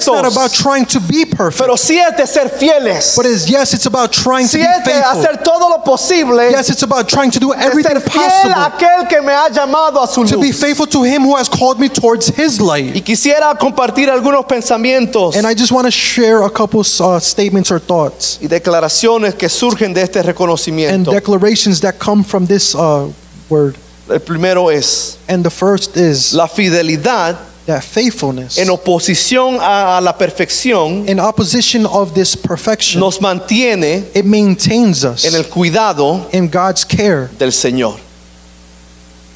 C: not
B: perfectos,
C: about trying to be perfect.
B: pero sí es de ser fieles.
C: But it's, yes, it's about trying
B: Sí
C: to be
B: es de
C: faithful.
B: hacer todo lo posible
C: Yes, it's about trying to do
B: de
C: everything
B: ser fiel a
C: possible
B: aquel que me ha llamado a su
C: to be
B: luz.
C: faithful to Him who has called me towards His light.
B: Y quisiera compartir algunos pensamientos
C: And I just want to share a couple uh, statements or thoughts
B: y declaraciones que surgen de este
C: and
B: reconocimiento.
C: declarations that come from this uh, word.
B: El primero es,
C: And the first is
B: la fidelidad
C: that faithfulness
B: en oposición a, a la perfección
C: in opposition of this perfection
B: nos mantiene
C: it maintains us
B: en el cuidado
C: in God's care.
B: del Señor.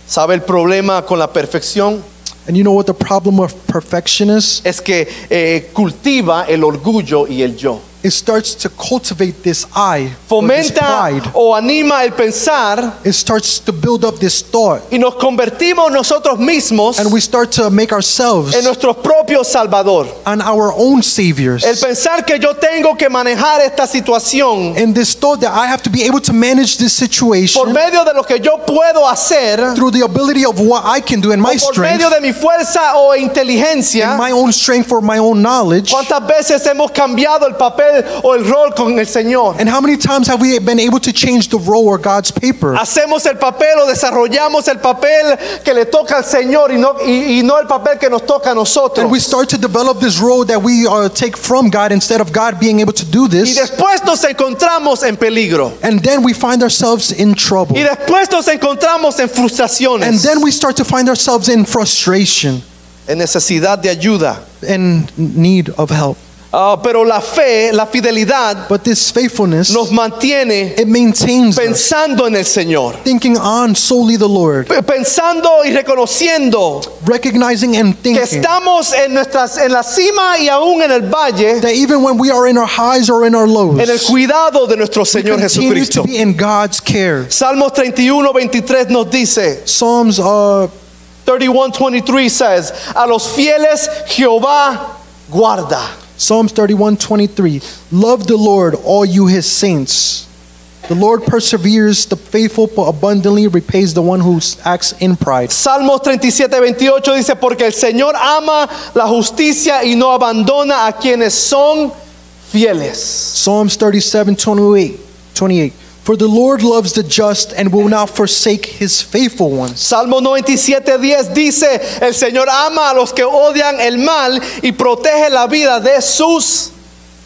B: ¿Sabe el problema con la perfección?
C: And you know what the problem of perfection is?
B: Es que eh, cultiva el orgullo y el yo.
C: It starts to cultivate this I, or this
B: Fomenta
C: pride.
B: o anima el pensar
C: It starts to build up this thought,
B: y nos convertimos nosotros mismos
C: and we start to make ourselves
B: en nuestro propio Salvador.
C: and our own saviors.
B: El pensar que yo tengo que manejar esta situación
C: And this thought that I have to be able to manage this situation
B: por medio de lo que yo puedo hacer, o
C: through the ability of what I can do and my
B: por
C: strength,
B: medio de mi fuerza o
C: and
B: inteligencia.
C: my own strength or my own knowledge.
B: ¿Cuántas veces hemos cambiado el papel o el rol con el Señor?
C: And how many times have we been able to change the role or God's paper?
B: Hacemos el papel o desarrollamos el papel que le toca al Señor y no, y, y no el papel que nos toca a nosotros.
C: And we start to develop this role that we uh, take from God instead of God being able to do
B: Y
C: this.
B: después nos encontramos en peligro.
C: And then we find ourselves in trouble.
B: Y después nos encontramos en
C: And
B: frustraciones,
C: then we start to find ourselves in frustration
B: en necesidad de ayuda.
C: and need of help.
B: Ah, pero la fe, la fidelidad
C: But this faithfulness,
B: nos mantiene
C: it maintains us
B: pensando en el Señor.
C: thinking on solely the Lord,
B: P- Pensando y reconociendo
C: recognizing and
B: que
C: thinking
B: estamos en, nuestras, en la cima y aún en el valle,
C: that even when we are in our highs or in our lows,
B: en el cuidado de nuestro
C: we
B: Señor
C: continue to
B: Jesucristo.
C: be in God's care.
B: Salmos 31, 23 nos dice,
C: Psalms uh,
B: 31, 23 says, a los fieles Jehová guarda.
C: Psalms 31 23. Love the Lord, all you his saints. The Lord perseveres the faithful, but abundantly repays the one who acts in pride.
B: Salmos 37, 28 dice, porque el Señor ama la justicia y no abandona a quienes son fieles.
C: Psalms 37 28. 28. For the Lord loves the just and will not forsake his faithful ones.
B: Salmo 97, 10 dice, el Señor ama a los que odian el mal y protege la vida de sus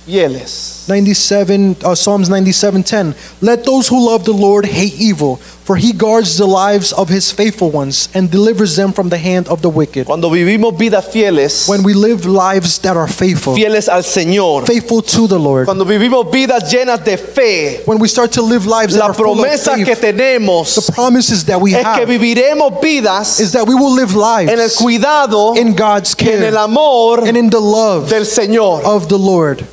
B: fieles.
C: 97 uh, Psalms 97:10 Let those who love the Lord hate evil for he guards the lives of his faithful ones and delivers them from the hand of the wicked.
B: Cuando vivimos vidas fieles,
C: When we live lives that are faithful,
B: fieles al Señor,
C: faithful to the Lord.
B: cuando vivimos vidas llenas de fe,
C: When we start to live lives that
B: La
C: are full of
B: promesa
C: faith,
B: que tenemos
C: the promises that we
B: es que
C: have
B: viviremos vidas
C: is that we will live
B: en el
C: lives
B: cuidado,
C: in God's
B: y en
C: care
B: el amor
C: and in the love
B: del Señor.
C: of the Lord.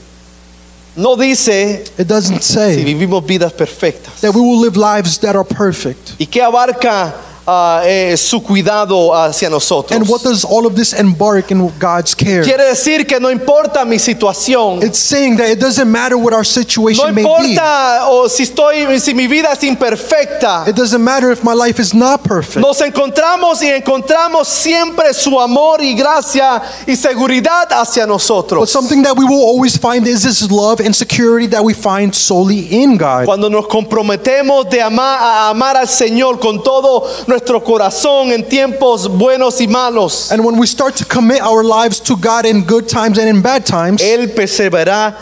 B: No dice
C: It doesn't
B: si
C: say
B: vivimos vidas perfectas.
C: that we will live lives that are perfect.
B: ¿Y qué abarca ah, eh, su cuidado hacia nosotros?
C: And what does all of this embark in God's care?
B: Quiere decir que no importa mi situación,
C: It's saying that it doesn't matter what our
B: no
C: situation may be.
B: importa o si estoy, si mi vida es imperfecta.
C: It doesn't matter if my life is not perfect.
B: Nos encontramos y encontramos siempre su amor y gracia y seguridad hacia nosotros.
C: But something that we will always find is this love and security that we find solely in God.
B: Cuando nos comprometemos de amar, a amar al Señor con todo nuestro corazón en tiempos buenos y malos,
C: And when we start to commit our lives to God in good times and in bad times,
B: Él perseverará,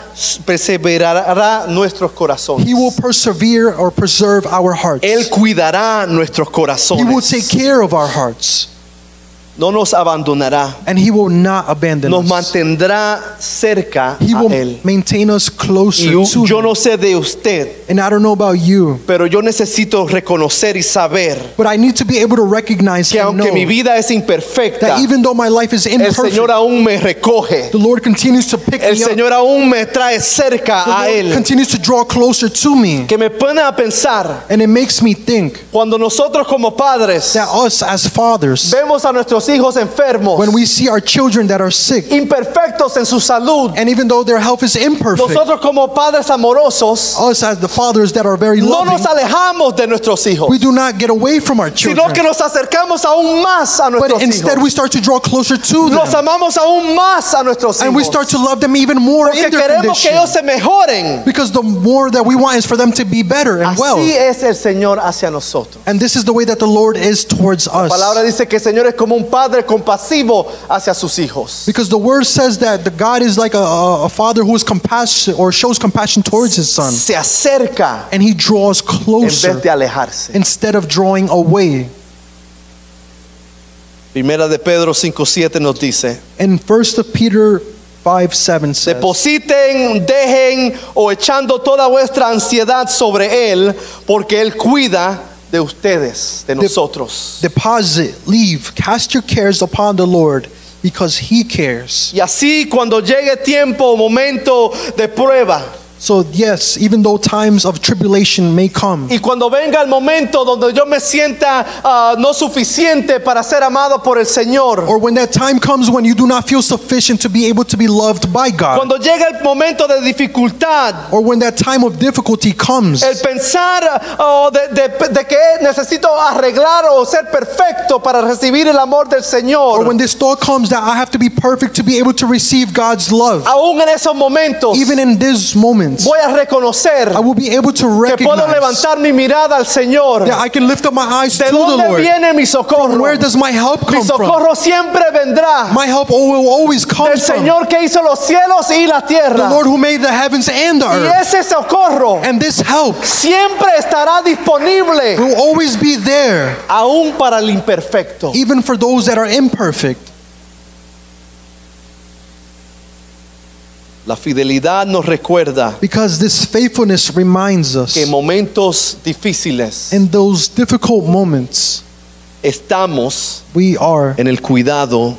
B: perseverará nuestros corazones.
C: He will persevere or preserve our hearts.
B: Él cuidará nuestros
C: He will take
B: corazones.
C: care of our hearts.
B: No nos abandonará.
C: And He will not abandon
B: Nos
C: us.
B: mantendrá cerca
C: He
B: a
C: will
B: Él.
C: maintain us
B: Y
C: closer to
B: yo- yo
C: Him.
B: no sé de usted,
C: And I don't know about you,
B: pero yo necesito reconocer y saber
C: but I need to be able to recognize
B: que
C: and know
B: aunque mi vida es imperfecta,
C: that even though my life is
B: el
C: imperfect,
B: Señor aún me recoge.
C: the Lord continues to pick
B: El
C: me up.
B: Señor aún me trae
C: The
B: cerca a
C: Lord
B: Él.
C: continues to draw closer to me.
B: Que me pone a pensar
C: And it makes me think
B: cuando nosotros como padres
C: that us as fathers,
B: vemos a nuestros hijos enfermos,
C: when we see our children that are sick,
B: imperfectos en su salud,
C: and even though their health is imperfect,
B: nosotros como padres amorosos
C: us as the fathers that are very
B: no nos
C: loving,
B: alejamos de nuestros hijos,
C: we do not get away from our
B: sino
C: children.
B: que nos acercamos aún más a
C: But
B: nuestros
C: instead, we
B: hijos.
C: start to draw closer to
B: Los
C: them.
B: amamos aún más a nuestros
C: And we
B: hijos.
C: start to love them even more
B: Porque
C: in their
B: queremos que
C: condition.
B: ellos se mejoren.
C: Because the more that we want is for them to be better and well.
B: Así es el Señor hacia nosotros.
C: And this is the way that the Lord is towards
B: La palabra
C: us.
B: dice que el Señor es como un padre compasivo hacia sus hijos.
C: Because the word says that the God is like a, a, a father who is compassionate or shows compassion towards his son.
B: se acerca
C: And he draws
B: en vez
C: closer
B: de alejarse.
C: instead of drawing away.
B: Primera de Pedro 5:7 nos dice,
C: And first of Peter 5 7 says,
B: depositen, dejen o echando toda vuestra ansiedad sobre él, porque él cuida de ustedes, de nosotros.
C: Deposit, leave, cast your cares upon the Lord, because he cares.
B: Y así cuando llegue tiempo o momento de prueba,
C: So, yes, even though times of tribulation may come,
B: y cuando venga el momento donde yo me sienta ah, no suficiente para ser amado por el Señor,
C: or when that time comes when you do not feel sufficient to be able to be loved by God,
B: cuando llega el momento de dificultad,
C: or when that time of difficulty comes,
B: el pensar ah, de, de- de que necesito arreglar o ser perfecto para recibir el amor del Señor,
C: or when this thought comes that I have to be perfect to be able to receive God's love,
B: aún en esos momentos
C: even in these moments,
B: voy a reconocer
C: I will be able to
B: que puedo
C: recognize
B: levantar mi mirada al Señor.
C: that I can lift up my eyes to
B: ¿De
C: the
B: dónde
C: Lord.
B: viene mi
C: From
B: socorro?
C: where does my help
B: Mi
C: come from?
B: socorro siempre vendrá
C: My help al- will always come
B: del
C: from
B: Señor que hizo los cielos y la
C: the
B: tierra.
C: Lord who made the heavens and the
B: Y
C: earth.
B: ese socorro
C: And this help
B: siempre estará disponible
C: will always be there,
B: aún para el imperfecto.
C: even for those that are imperfect.
B: La fidelidad nos recuerda
C: Because this faithfulness reminds us
B: que en momentos difíciles
C: in those difficult moments,
B: estamos
C: we are
B: en el cuidado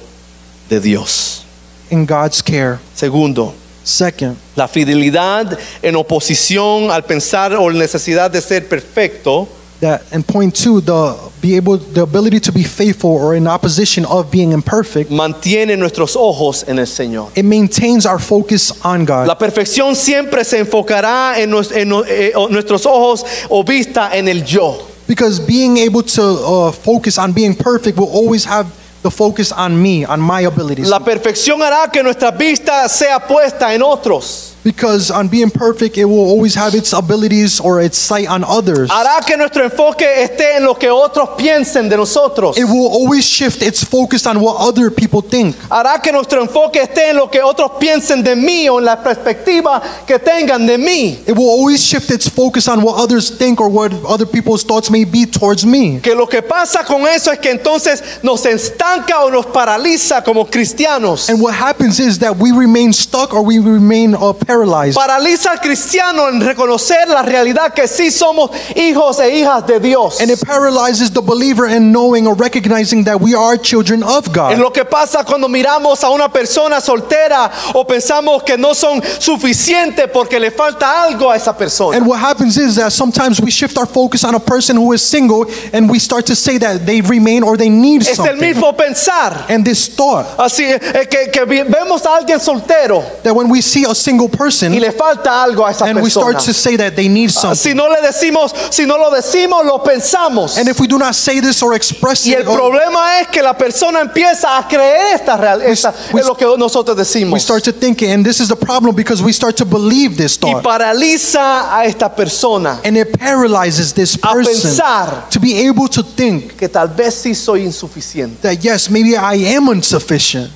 B: de Dios.
C: in God's care.
B: Segundo,
C: Second,
B: La fidelidad en oposición al pensar o la necesidad de ser perfecto
C: that and point two, the be able the ability to be faithful or in opposition of being imperfect,
B: mantiene nuestros ojos en el Señor.
C: it maintains our focus on God.
B: La perfección siempre se enfocará en, nos- en no- eh, o nuestros ojos o vista en el yo.
C: Because being able to uh, focus on being perfect will always have the focus on me, on my abilities.
B: La perfección hará que nuestra vista sea puesta en otros.
C: Because on being perfect, it will always have its abilities or its sight on others.
B: Hará que nuestro enfoque esté en lo que otros piensen de nosotros.
C: It will always shift its focus on what other people think.
B: Hará que nuestro enfoque esté en lo que otros piensen de mí o en la perspectiva que tengan de mí.
C: It will always shift its focus on what others think or what other people's thoughts may be towards me.
B: Que lo que pasa con eso es que entonces nos estanca o nos paraliza como cristianos.
C: And what happens is that we remain stuck or we remain uh, paralyzed.
B: Paraliza al cristiano en reconocer la realidad que sí somos hijos e hijas de Dios.
C: And it paralyzes the believer in knowing or recognizing that we are children of
B: En
C: God.
B: lo que pasa cuando miramos a una persona soltera o pensamos que no son suficientes porque le falta algo a esa persona.
C: And what happens is that sometimes we shift our focus on a person who is single and we start to say that they remain or they need
B: Es el
C: something.
B: mismo pensar.
C: And this thought
B: Así eh, que, que vi- vemos a alguien soltero
C: that when we see a single
B: y
C: person
B: le falta algo a esa
C: and we
B: persona.
C: start to say that they need
B: Si
C: something.
B: no le decimos, si no lo decimos, lo pensamos.
C: And if we do not say "Oh." this or express
B: Y el
C: it, uh, or
B: problema es que la persona empieza a creer esta realidad,
C: we-
B: es lo que nosotros
C: we
B: decimos.
C: start to think it. And this is the problem because we start to believe this
B: Y
C: thought.
B: paraliza a esta persona
C: And it paralyzes this person
B: pensar.
C: to be able to think
B: que tal vez sí soy insuficiente.
C: that, yes, maybe I am insufficient.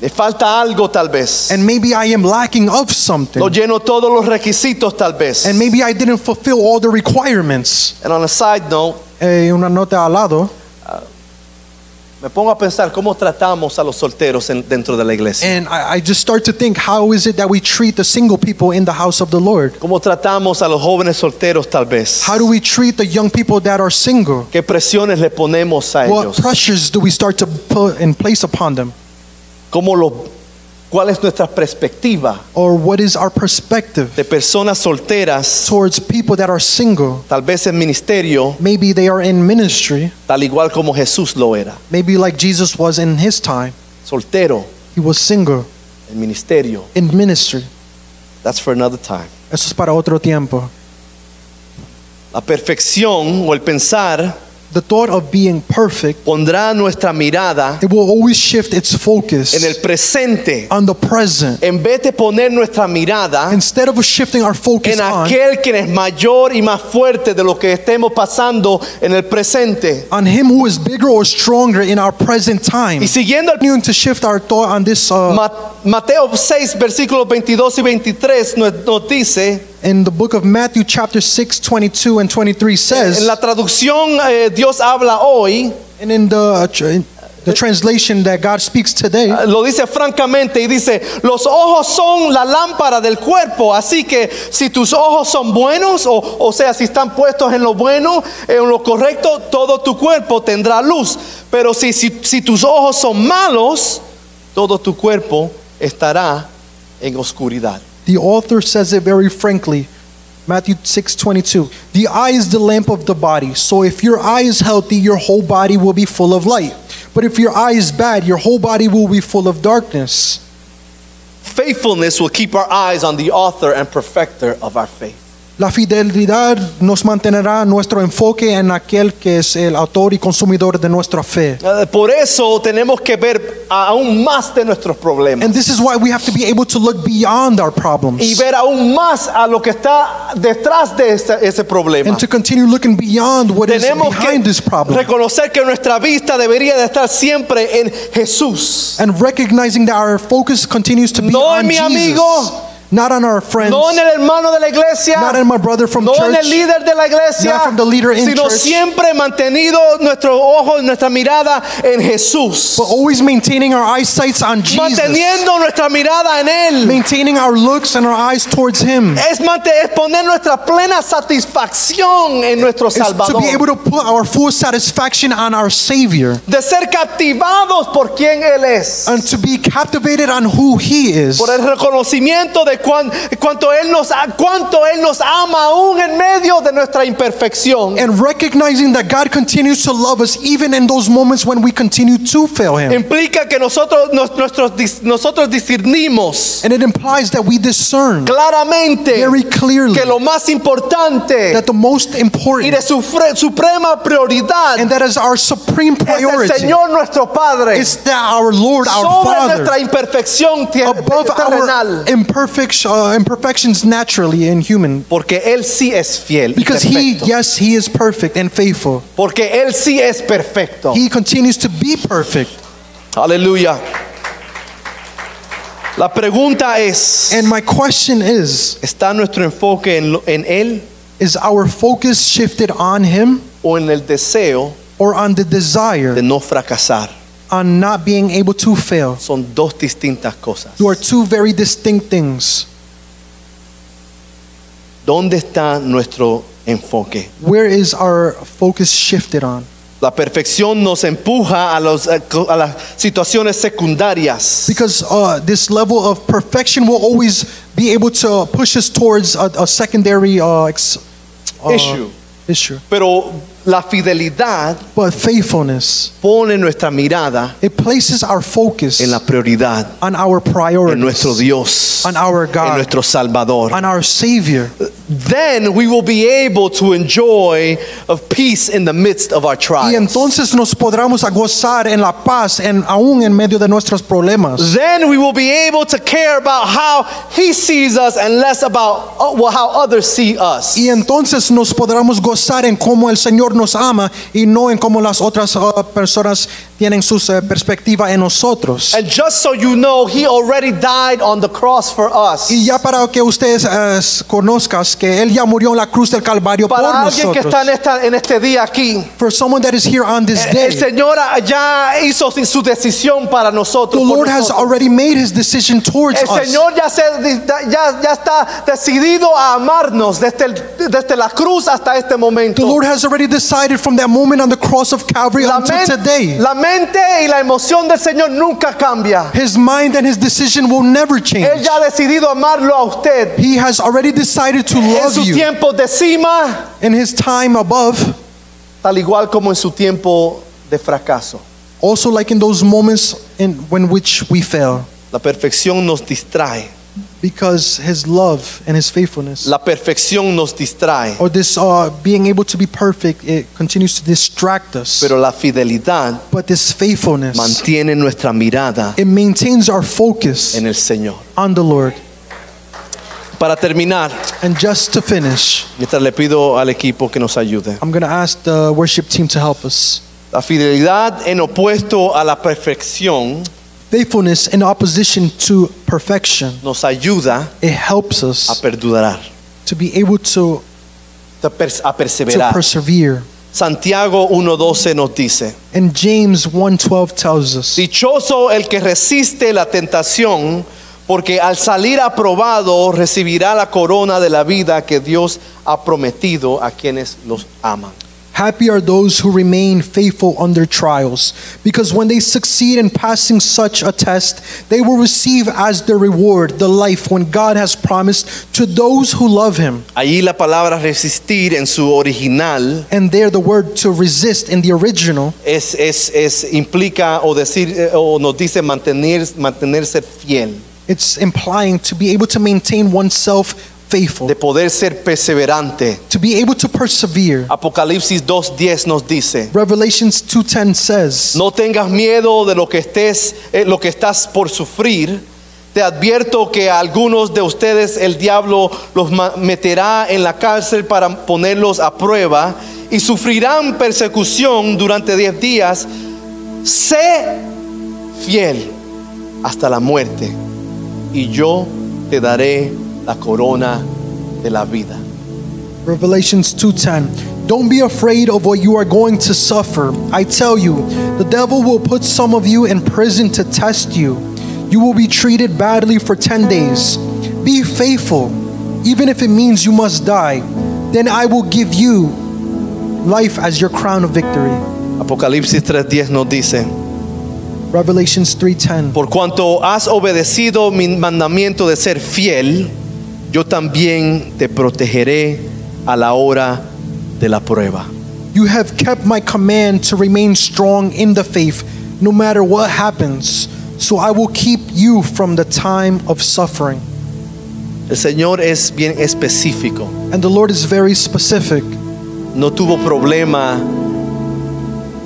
B: Le falta algo tal vez.
C: And maybe I am lacking of
B: No
C: something.
B: lleno todos los requisitos tal vez.
C: And maybe I didn't fulfill all the requirements.
B: And on a side note,
C: Eh, una nota al lado.
B: me pongo a pensar cómo tratamos a los solteros en- dentro de la iglesia.
C: And I, I just start to think, how is it that we treat the single people in the house of the Lord?
B: Cómo tratamos a los jóvenes solteros tal vez.
C: How do we treat the young people that are single?
B: ¿Qué presiones le ponemos a
C: What
B: ellos?
C: pressures do we start to put in place upon them?
B: ¿Cómo lo, ¿Cuál es nuestra perspectiva
C: Or what is our perspective
B: de personas solteras
C: towards people that are single?
B: tal vez en ministerio,
C: Maybe they are in ministry,
B: tal igual como Jesús lo era,
C: maybe like Jesus was in his time.
B: soltero
C: He was single
B: en ministerio.
C: in ministry.
B: That's for another time.
C: Eso es para otro tiempo.
B: La perfección o el pensar
C: The thought of being perfect,
B: pondrá nuestra mirada
C: it will always shift its focus
B: en el presente
C: on the present.
B: en vez de poner nuestra mirada
C: Instead of shifting our focus
B: en
C: on,
B: aquel quien es mayor y más fuerte de lo que estemos pasando en el presente.
C: on him who is bigger or stronger in our present time.
B: Y siguiendo el
C: Continuing to shift our thought on this uh,
B: Ma- Mateo 6, versículos 22 y 23 nos, nos dice,
C: in the book of Matthew chapter 6 22 and 23
B: en
C: says
B: la traducción eh, Dios habla hoy,
C: And in the, uh, tr- in the translation that God speaks today,
B: Lo dice francamente y dice, los ojos son la lámpara del cuerpo, así que si tus ojos son buenos, o, o sea, si están puestos en lo bueno, en lo correcto, todo tu cuerpo tendrá luz. Pero si, si, si tus ojos son malos, todo tu cuerpo estará en oscuridad.
C: the author says it very frankly. Matthew 6:22. The eye is the lamp of the body. So if your eye is healthy, your whole body will be full of light. But if your eye is bad, your whole body will be full of darkness.
B: Faithfulness will keep our eyes on the author and perfecter of our faith.
C: La fidelidad nos mantendrá nuestro enfoque en aquel que es el autor y consumidor de nuestra fe.
B: Eh, Por eso tenemos que ver aún más de nuestros problemas.
C: And this is why we have to be able to look beyond our problems.
B: y ver aún más a lo que está detrás de ese, ese problema.
C: and to continue looking beyond what is
B: Tenemos que
C: behind this problem
B: reconocer que nuestra vista debería de estar siempre en Jesús,
C: and recognizing that our focus continues to be
B: No en
C: on
B: mi
C: Jesus,
B: amigo.
C: not on our friends,
B: no en el hermano de la iglesia,
C: not in my brother from
B: no en
C: church,
B: el líder de la iglesia,
C: not from the leader in
B: sino
C: church.
B: siempre mantenido nuestro ojo y nuestra mirada en Jesús,
C: but always maintaining our eyesights on Jesus,
B: manteniendo nuestra mirada en Él.
C: maintaining our looks and our eyes towards Him.
B: Es, mante- es poner nuestra plena satisfacción en nuestro
C: It's to
B: Salvador.
C: be able to put our full satisfaction on our Savior
B: De ser captivados por quien Él es.
C: and to be captivated on who He is.
B: por el reconocimiento de cuán- cuánto él nos a- cuánto él nos ama aún en medio de nuestra imperfección.
C: And recognizing that God continues to love us even in those moments when we continue to fail Him.
B: Implica que nosotros nos- nuestros dis- nosotros discernimos
C: And it implies that we discern
B: claramente
C: very clearly
B: que lo más importante
C: that the most
B: y
C: important
B: de sufre- suprema prioridad
C: and that is our supreme
B: es el
C: priority
B: Señor nuestro Padre
C: is that our Lord, our
B: sobre nuestra
C: Father,
B: imperfección tie- este
C: above our
B: terrenal,
C: imperfect, uh, imperfections naturally in human.
B: porque él sí es fiel, y
C: Because He,
B: perfecto.
C: yes, He is perfect and faithful.
B: porque él sí es perfecto.
C: He continues to be perfect.
B: Aleluya. La pregunta es,
C: And my question is
B: ¿está nuestro enfoque en, lo- en Él
C: is our focus shifted on Him
B: o en el deseo
C: or on the
B: de
C: desire
B: no fracasar?
C: on not being able to fail?
B: Son dos distintas cosas.
C: There are two very distinct things.
B: ¿Dónde está nuestro enfoque?
C: Where is our focus shifted on?
B: La perfección nos empuja a, los- a co- a las situaciones secundarias.
C: Because uh, this level of perfection will always be able to push us towards a, a secondary uh, ex- uh,
B: Issue.
C: Issue.
B: Ah. Pero la fidelidad
C: But faithfulness,
B: pone nuestra mirada
C: it places our focus
B: en la prioridad,
C: on our priorities,
B: en nuestro Dios,
C: On our God.
B: en nuestro Salvador.
C: on our Savior.
B: then we will be able to enjoy of peace in the midst of our
C: Y
B: trials.
C: entonces nos podremos a gozar en la paz, en, aún en medio de nuestros problemas.
B: Then we will be able to care about how he sees us and less about uh, well, how others see us.
C: Y entonces nos podremos gozar en cómo el Señor nos ama y no en cómo las otras uh, personas tienen su perspectiva en nosotros.
B: And just so you know, he already died on the cross for us.
C: Y ya para que ustedes eh, conozcan que él ya murió en la cruz del Calvario por
B: Para alguien que
C: nosotros.
B: está en, esta- en este día aquí,
C: For someone that is here on this
B: el
C: day,
B: Señor ya hizo su decisión para
C: the
B: nosotros. por
C: Lord has
B: nosotros.
C: already made his decision towards
B: El
C: us.
B: Señor ya, se, ya, ya está decidido a amarnos desde, el- desde la cruz hasta este
C: The
B: momento.
C: Lord has already decided from that moment on the cross of Calvary
B: La,
C: until
B: men-
C: today.
B: la mente y la emoción del Señor nunca cambia.
C: His mind and his decision will never
B: Él
C: change.
B: ya ha decidido amarlo a usted.
C: He has already decided to
B: En
C: love
B: su
C: you
B: tiempo de cima,
C: in his time above,
B: tal igual como en su tiempo de fracaso.
C: also like in those moments in when which we fail.
B: La perfección nos distrae.
C: Because his love and his faithfulness
B: La perfección nos distrae.
C: or this uh, being able to be perfect, it continues to distract us.
B: Pero la fidelidad
C: but this faithfulness,
B: mantiene nuestra mirada
C: it maintains our focus
B: en el Señor.
C: on the Lord.
B: Para terminar,
C: And just to finish,
B: mientras le pido al equipo que nos ayude.
C: I'm going to ask the worship team to help us.
B: La fidelidad en opuesto a la perfección
C: Faithfulness in opposition to perfection,
B: nos ayuda
C: it helps
B: a
C: us
B: perdurar,
C: to be able to,
B: a, per- a
C: to
B: perseverar.
C: persevere.
B: Santiago 1.12 nos dice,
C: And James 1:12 tells us,
B: dichoso el que resiste la tentación, porque al salir aprobado recibirá la corona de la vida que Dios ha prometido a quienes los aman.
C: Happy are those who remain faithful under trials, because when they succeed in passing such a test, they will receive as their reward the life when God has promised to those who love him.
B: Allí la palabra resistir en su original
C: And there the word to resist in the original
B: es, es- es- implica o, decir, eh, o nos dice mantener, mantenerse fiel,
C: it's implying to be able to maintain oneself faithful,
B: de poder ser perseverante.
C: to be able to persevere.
B: Apocalipsis 2.10 nos dice,
C: Revelations 2:10 says,
B: No tengas miedo de lo que estés, eh, lo que estás por sufrir. Te advierto que a algunos de ustedes el diablo los ma- meterá en la cárcel para ponerlos a prueba y sufrirán persecución durante 10 días. Sé fiel hasta la muerte y yo te daré la corona de la vida.
C: Revelations 2:10 Don't be afraid of what you are going to suffer. I tell you, the devil will put some of you in prison to test you. You will be treated badly for 10 days. Be faithful, even if it means you must die. Then I will give you life as your crown of victory.
B: Apocalipsis 3:10 nos dice,
C: Revelations 3:10
B: Por cuanto has obedecido mi mandamiento de ser fiel, yo también te protegeré a la hora de la prueba.
C: You have kept my command to remain strong in the faith, no matter what happens. So I will keep you from the time of suffering.
B: El Señor es bien específico.
C: And the Lord is very specific.
B: No tuvo problema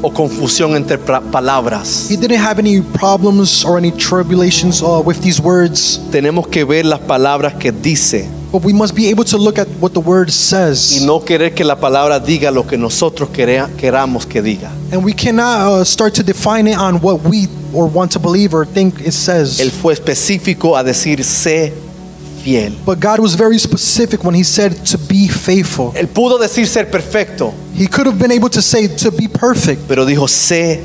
B: o confusión entre pra- palabras.
C: He didn't have any problems or any tribulations uh, with these words,
B: Tenemos que ver las palabras que dice
C: but we must be able to look at what the word
B: y
C: says.
B: no querer que la palabra diga lo que nosotros quere- queramos que diga.
C: And we cannot uh, start to define it on what we or want to believe or think it
B: Él
C: says.
B: fue específico a decir sé fiel.
C: But God was very specific when He said to be faithful.
B: Él pudo decir ser perfecto,
C: He could have been able to say to be perfect,
B: pero dijo sé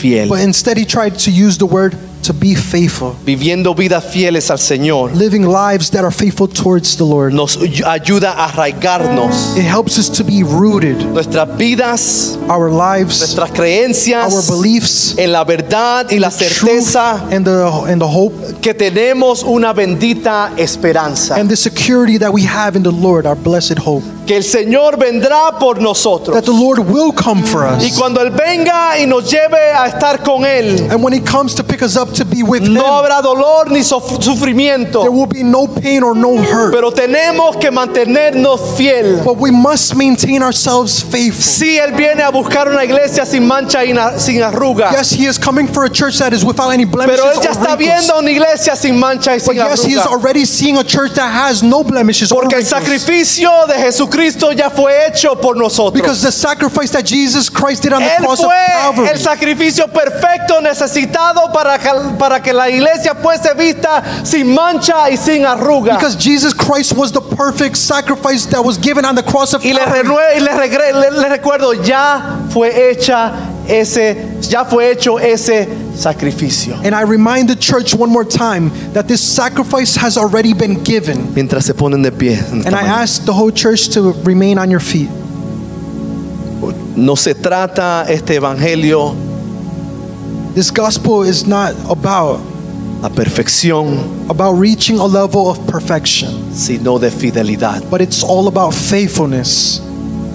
B: fiel.
C: but instead He tried to use the word to be faithful.
B: viviendo vidas fieles al Señor,
C: Living lives that are faithful towards the Lord.
B: nos ayuda a arraigarnos.
C: It helps us to be rooted,
B: Nuestras vidas,
C: our lives,
B: nuestras creencias,
C: our beliefs,
B: en la verdad y la
C: truth
B: certeza
C: and the and the hope
B: que tenemos una bendita esperanza.
C: and the security that we have in the Lord, our blessed hope.
B: Que el Señor vendrá por nosotros.
C: That the Lord will come for
B: Y
C: us.
B: cuando Él venga y nos lleve a estar con Él,
C: And when He comes to pick us up to be with
B: no
C: Him,
B: habrá dolor ni sof- sufrimiento.
C: there will be no pain or no hurt.
B: Pero tenemos que mantenernos fiel.
C: But we must maintain ourselves faithful.
B: Si Él viene a buscar una iglesia sin mancha y na- sin arruga,
C: Yes, He is coming for a church that is without any blemishes
B: Pero
C: or
B: él ya está
C: wrinkles.
B: viendo una iglesia sin mancha y
C: But
B: sin
C: yes, He is
B: arruga.
C: already seeing a church that has no blemishes or
B: Porque el
C: wrinkles.
B: sacrificio de Jesucristo ya fue hecho por nosotros.
C: Because the sacrifice that Jesus Christ did on the
B: Él
C: cross of
B: fue
C: Calvary,
B: el sacrificio perfecto necesitado para que, para que la iglesia fuese vista sin mancha y sin arruga.
C: because Jesus Christ was the perfect sacrifice that was given on the cross of
B: Y les
C: Calvary.
B: renue- y les regre- le- les recuerdo, ya fue hecha ese, ya fue hecho ese sacrificio.
C: And I remind the church one more time that this sacrifice has already been given.
B: Mientras se ponen de pie, en esta
C: And I
B: mañana.
C: ask the whole church to remain on your feet.
B: no se trata este evangelio
C: This gospel is not about
B: a perfección,
C: about reaching a level of perfection,
B: sino de fidelidad.
C: but it's all about faithfulness.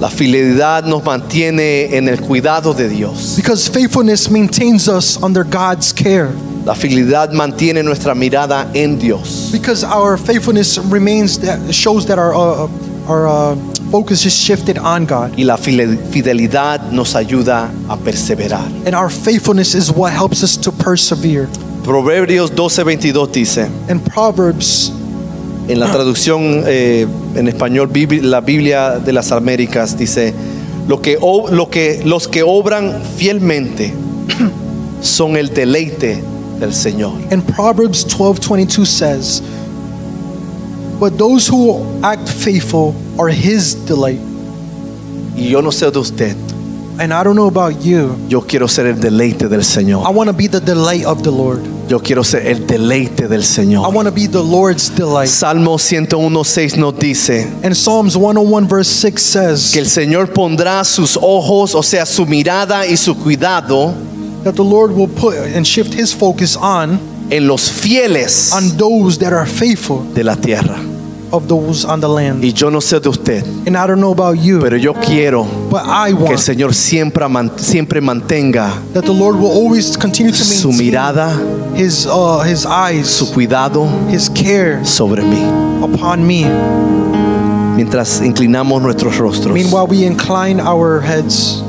B: La fidelidad nos mantiene en el cuidado de Dios.
C: Because faithfulness maintains us under God's care.
B: La fidelidad mantiene nuestra mirada en Dios.
C: Because our faithfulness remains that shows that our uh, our uh, focus is shifted on God,
B: Y la file- fidelidad nos ayuda a perseverar.
C: and our faithfulness is what helps us to persevere.
B: Proverbios 12:22 dice,
C: And Proverbs
B: en la traducción eh, en español, Bibli- la Biblia de las Américas dice, lo que, o- lo que, los que obran fielmente son el deleite del Señor.
C: And Proverbs 12:22 says, "But those who act faithful are his delight."
B: Y yo no sé de usted,
C: And I don't know about you.
B: yo quiero ser el deleite del
C: I
B: Señor.
C: want to be the delight of the Lord.
B: Yo quiero ser el deleite del
C: I
B: Señor.
C: want to be the Lord's delight.
B: Salmo 101.6 nos dice
C: And Psalms 101 verse 6
B: que el
C: says
B: Señor pondrá sus ojos, o sea, su mirada y su cuidado
C: that the Lord will put and shift his focus on
B: en los fieles
C: on those that are faithful
B: de la tierra.
C: of those on the land.
B: Y yo no sé de usted,
C: And I don't know about you,
B: pero yo quiero
C: but I
B: que el
C: want
B: Señor siempre, man- siempre mantenga
C: that the Lord will always continue to
B: su
C: maintain
B: mirada,
C: his uh, his
B: su
C: eyes,
B: cuidado
C: his care
B: sobre mí.
C: upon me.
B: Mientras inclinamos nuestros rostros.
C: Meanwhile, we incline our heads.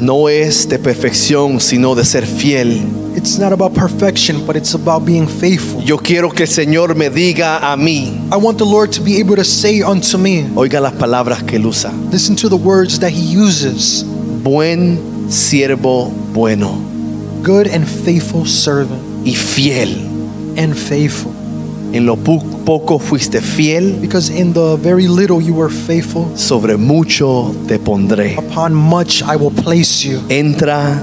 B: No es de perfección, sino de ser fiel.
C: It's not about perfection, but it's about being faithful.
B: Yo quiero que el Señor me diga a mí,
C: I want the Lord to be able to say unto me,
B: oiga las palabras que él usa,
C: listen to the words that he uses,
B: buen siervo bueno
C: good and faithful servant
B: y fiel.
C: and faithful.
B: En lo pu- poco fuiste fiel,
C: Because in the very little you were faithful,
B: sobre mucho te pondré.
C: upon much I will place you.
B: Entra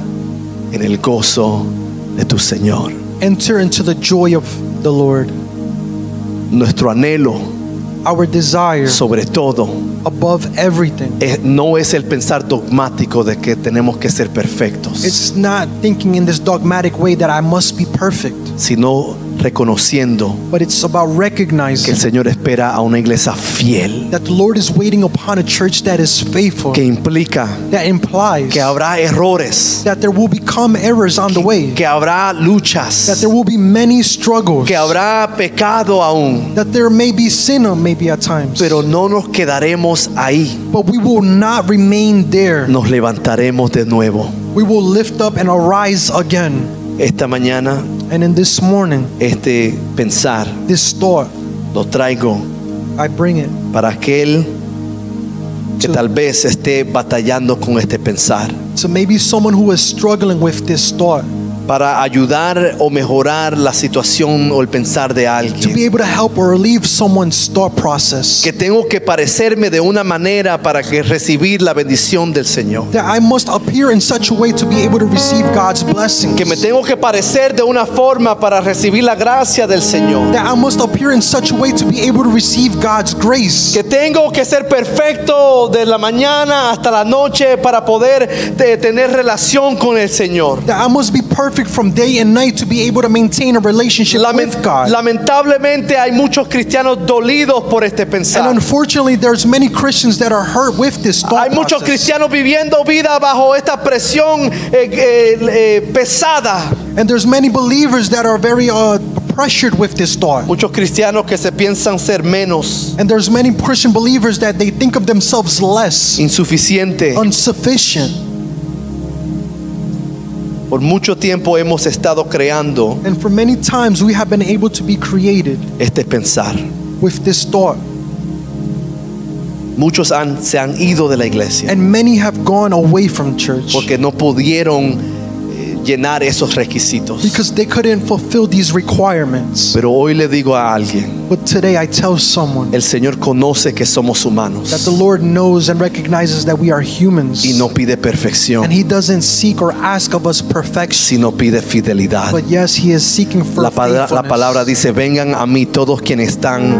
B: en el gozo de tu Señor.
C: Enter into the joy of the Lord.
B: Nuestro anhelo,
C: Our desire
B: sobre todo,
C: above everything.
B: es- no es el pensar dogmático de que tenemos que ser perfectos.
C: It's not thinking in this dogmatic way that I must be perfect,
B: sino reconociendo
C: but it's about
B: que el
C: recognizing
B: Señor espera a una iglesia fiel,
C: that the Lord is waiting upon a church that is faithful.
B: que implica
C: That implies
B: que habrá errores,
C: that there will become errors on the way.
B: que habrá
C: that
B: luchas,
C: there will be many struggles,
B: que habrá pecado aún,
C: that there may be sin uh, maybe at times,
B: pero no nos quedaremos ahí,
C: but we will not remain there.
B: nos levantaremos de nuevo.
C: We will lift up and arise again.
B: Esta mañana
C: And in this morning,
B: este pensar
C: this thought,
B: lo traigo
C: I bring it
B: para aquel que tal vez esté batallando con este pensar,
C: to maybe someone who is struggling with this thought,
B: para ayudar o mejorar la situación o el pensar de alguien.
C: to be able to help or relieve someone's thought process.
B: que tengo que parecerme de una manera para que recibir la bendición del Señor.
C: That I must appear in such a way to be able to receive God's blessings.
B: Que me tengo que parecer de una forma para recibir la gracia del Señor.
C: That I must appear in such a way to be able to receive God's grace.
B: Que tengo que ser perfecto de la mañana hasta la noche para poder eh, tener relación con el Señor.
C: that I must be perfect from day and night to be able to maintain a relationship
B: Lamen-
C: with God.
B: lamentablemente hay muchos cristianos dolidos por este
C: and
B: pensar.
C: unfortunately, there's many Christians that are hurt with this thought
B: Hay muchos
C: process.
B: cristianos viviendo vida bajo esta presión eh, eh, eh, pesada.
C: And there's many believers that are very uh, pressured with this thought.
B: Muchos cristianos que se piensan ser menos.
C: And there's many Christian believers that they think of themselves less,
B: insuficiente.
C: insufficient.
B: Por mucho tiempo hemos estado creando
C: And for many times, we have been able to be created
B: este pensar.
C: with this thought.
B: Muchos han, se han ido de la iglesia
C: And many have gone away from church
B: porque no pudieron eh, llenar esos requisitos.
C: because they couldn't fulfill these requirements.
B: Pero hoy le digo a alguien,
C: But today, I tell someone.
B: el Señor conoce que somos
C: that the
B: humanos
C: Lord knows and recognizes that we are humans.
B: y no pide perfección,
C: and He doesn't seek or ask of us perfection.
B: sino pide fidelidad.
C: But yes, He is seeking for
B: La, pala- la
C: faithfulness.
B: palabra dice, vengan a mí todos quienes están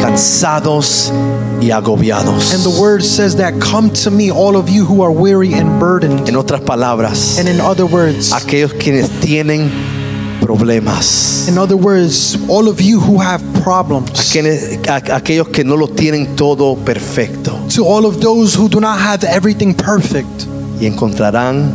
B: cansados y
C: And the
B: agobiados.
C: word says that, Come to me, all of you who are weary and burdened.
B: En otras palabras,
C: And in other words,
B: aquellos quienes tienen problemas,
C: in other words, all of you who have problems.
B: quienes- a- aquellos que no lo tienen todo perfecto
C: To all of those who do not have everything perfect,
B: y encontrarán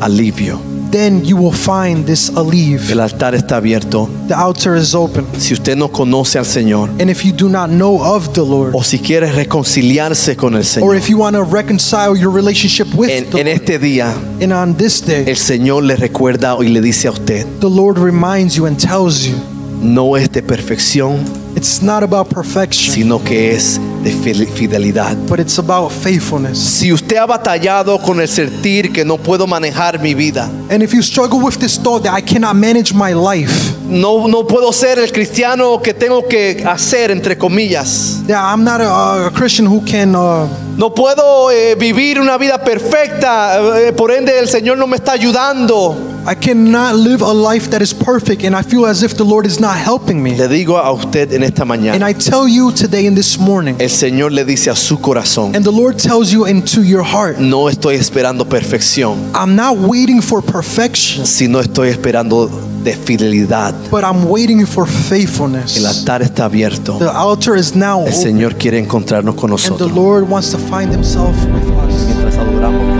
B: alivio.
C: then you will find this
B: El
C: aleve.
B: altar está abierto.
C: The altar is open.
B: Si usted no conoce al Señor
C: And if you do not know of the Lord,
B: o si quiere reconciliarse con el
C: or
B: Señor,
C: if you want to reconcile your relationship with
B: en,
C: the
B: en
C: Lord,
B: este día
C: and on this day,
B: el Señor le recuerda y le dice a usted,
C: the Lord reminds you and tells you
B: no es de perfección,
C: it's not about perfection,
B: sino que es de fil- fidelidad.
C: but it's about faithfulness.
B: Si usted ha batallado con el sentir que no puedo manejar mi vida,
C: And if you struggle with this thought that I cannot manage my life,
B: No, no puedo ser el cristiano que tengo que hacer, entre comillas.
C: Yeah, I'm not a, a Christian who can. Uh,
B: No puedo eh, vivir una vida perfecta, eh, por ende el Señor no me está ayudando.
C: I cannot live a life that is perfect, and I feel as if the Lord is not helping me.
B: Le digo a usted en esta
C: And
B: mañana,
C: I tell you today and this morning,
B: el Señor le dice a su corazón,
C: and the Lord tells you into your heart,
B: no estoy esperando perfección,
C: I'm not waiting for perfection,
B: sino estoy esperando de fidelidad.
C: but I'm waiting for
B: El
C: faithfulness.
B: altar está abierto.
C: The altar is now
B: El
C: open,
B: Señor quiere encontrarnos con
C: and the
B: nosotros.
C: Lord wants to find Himself with us.
B: Mientras adoramos.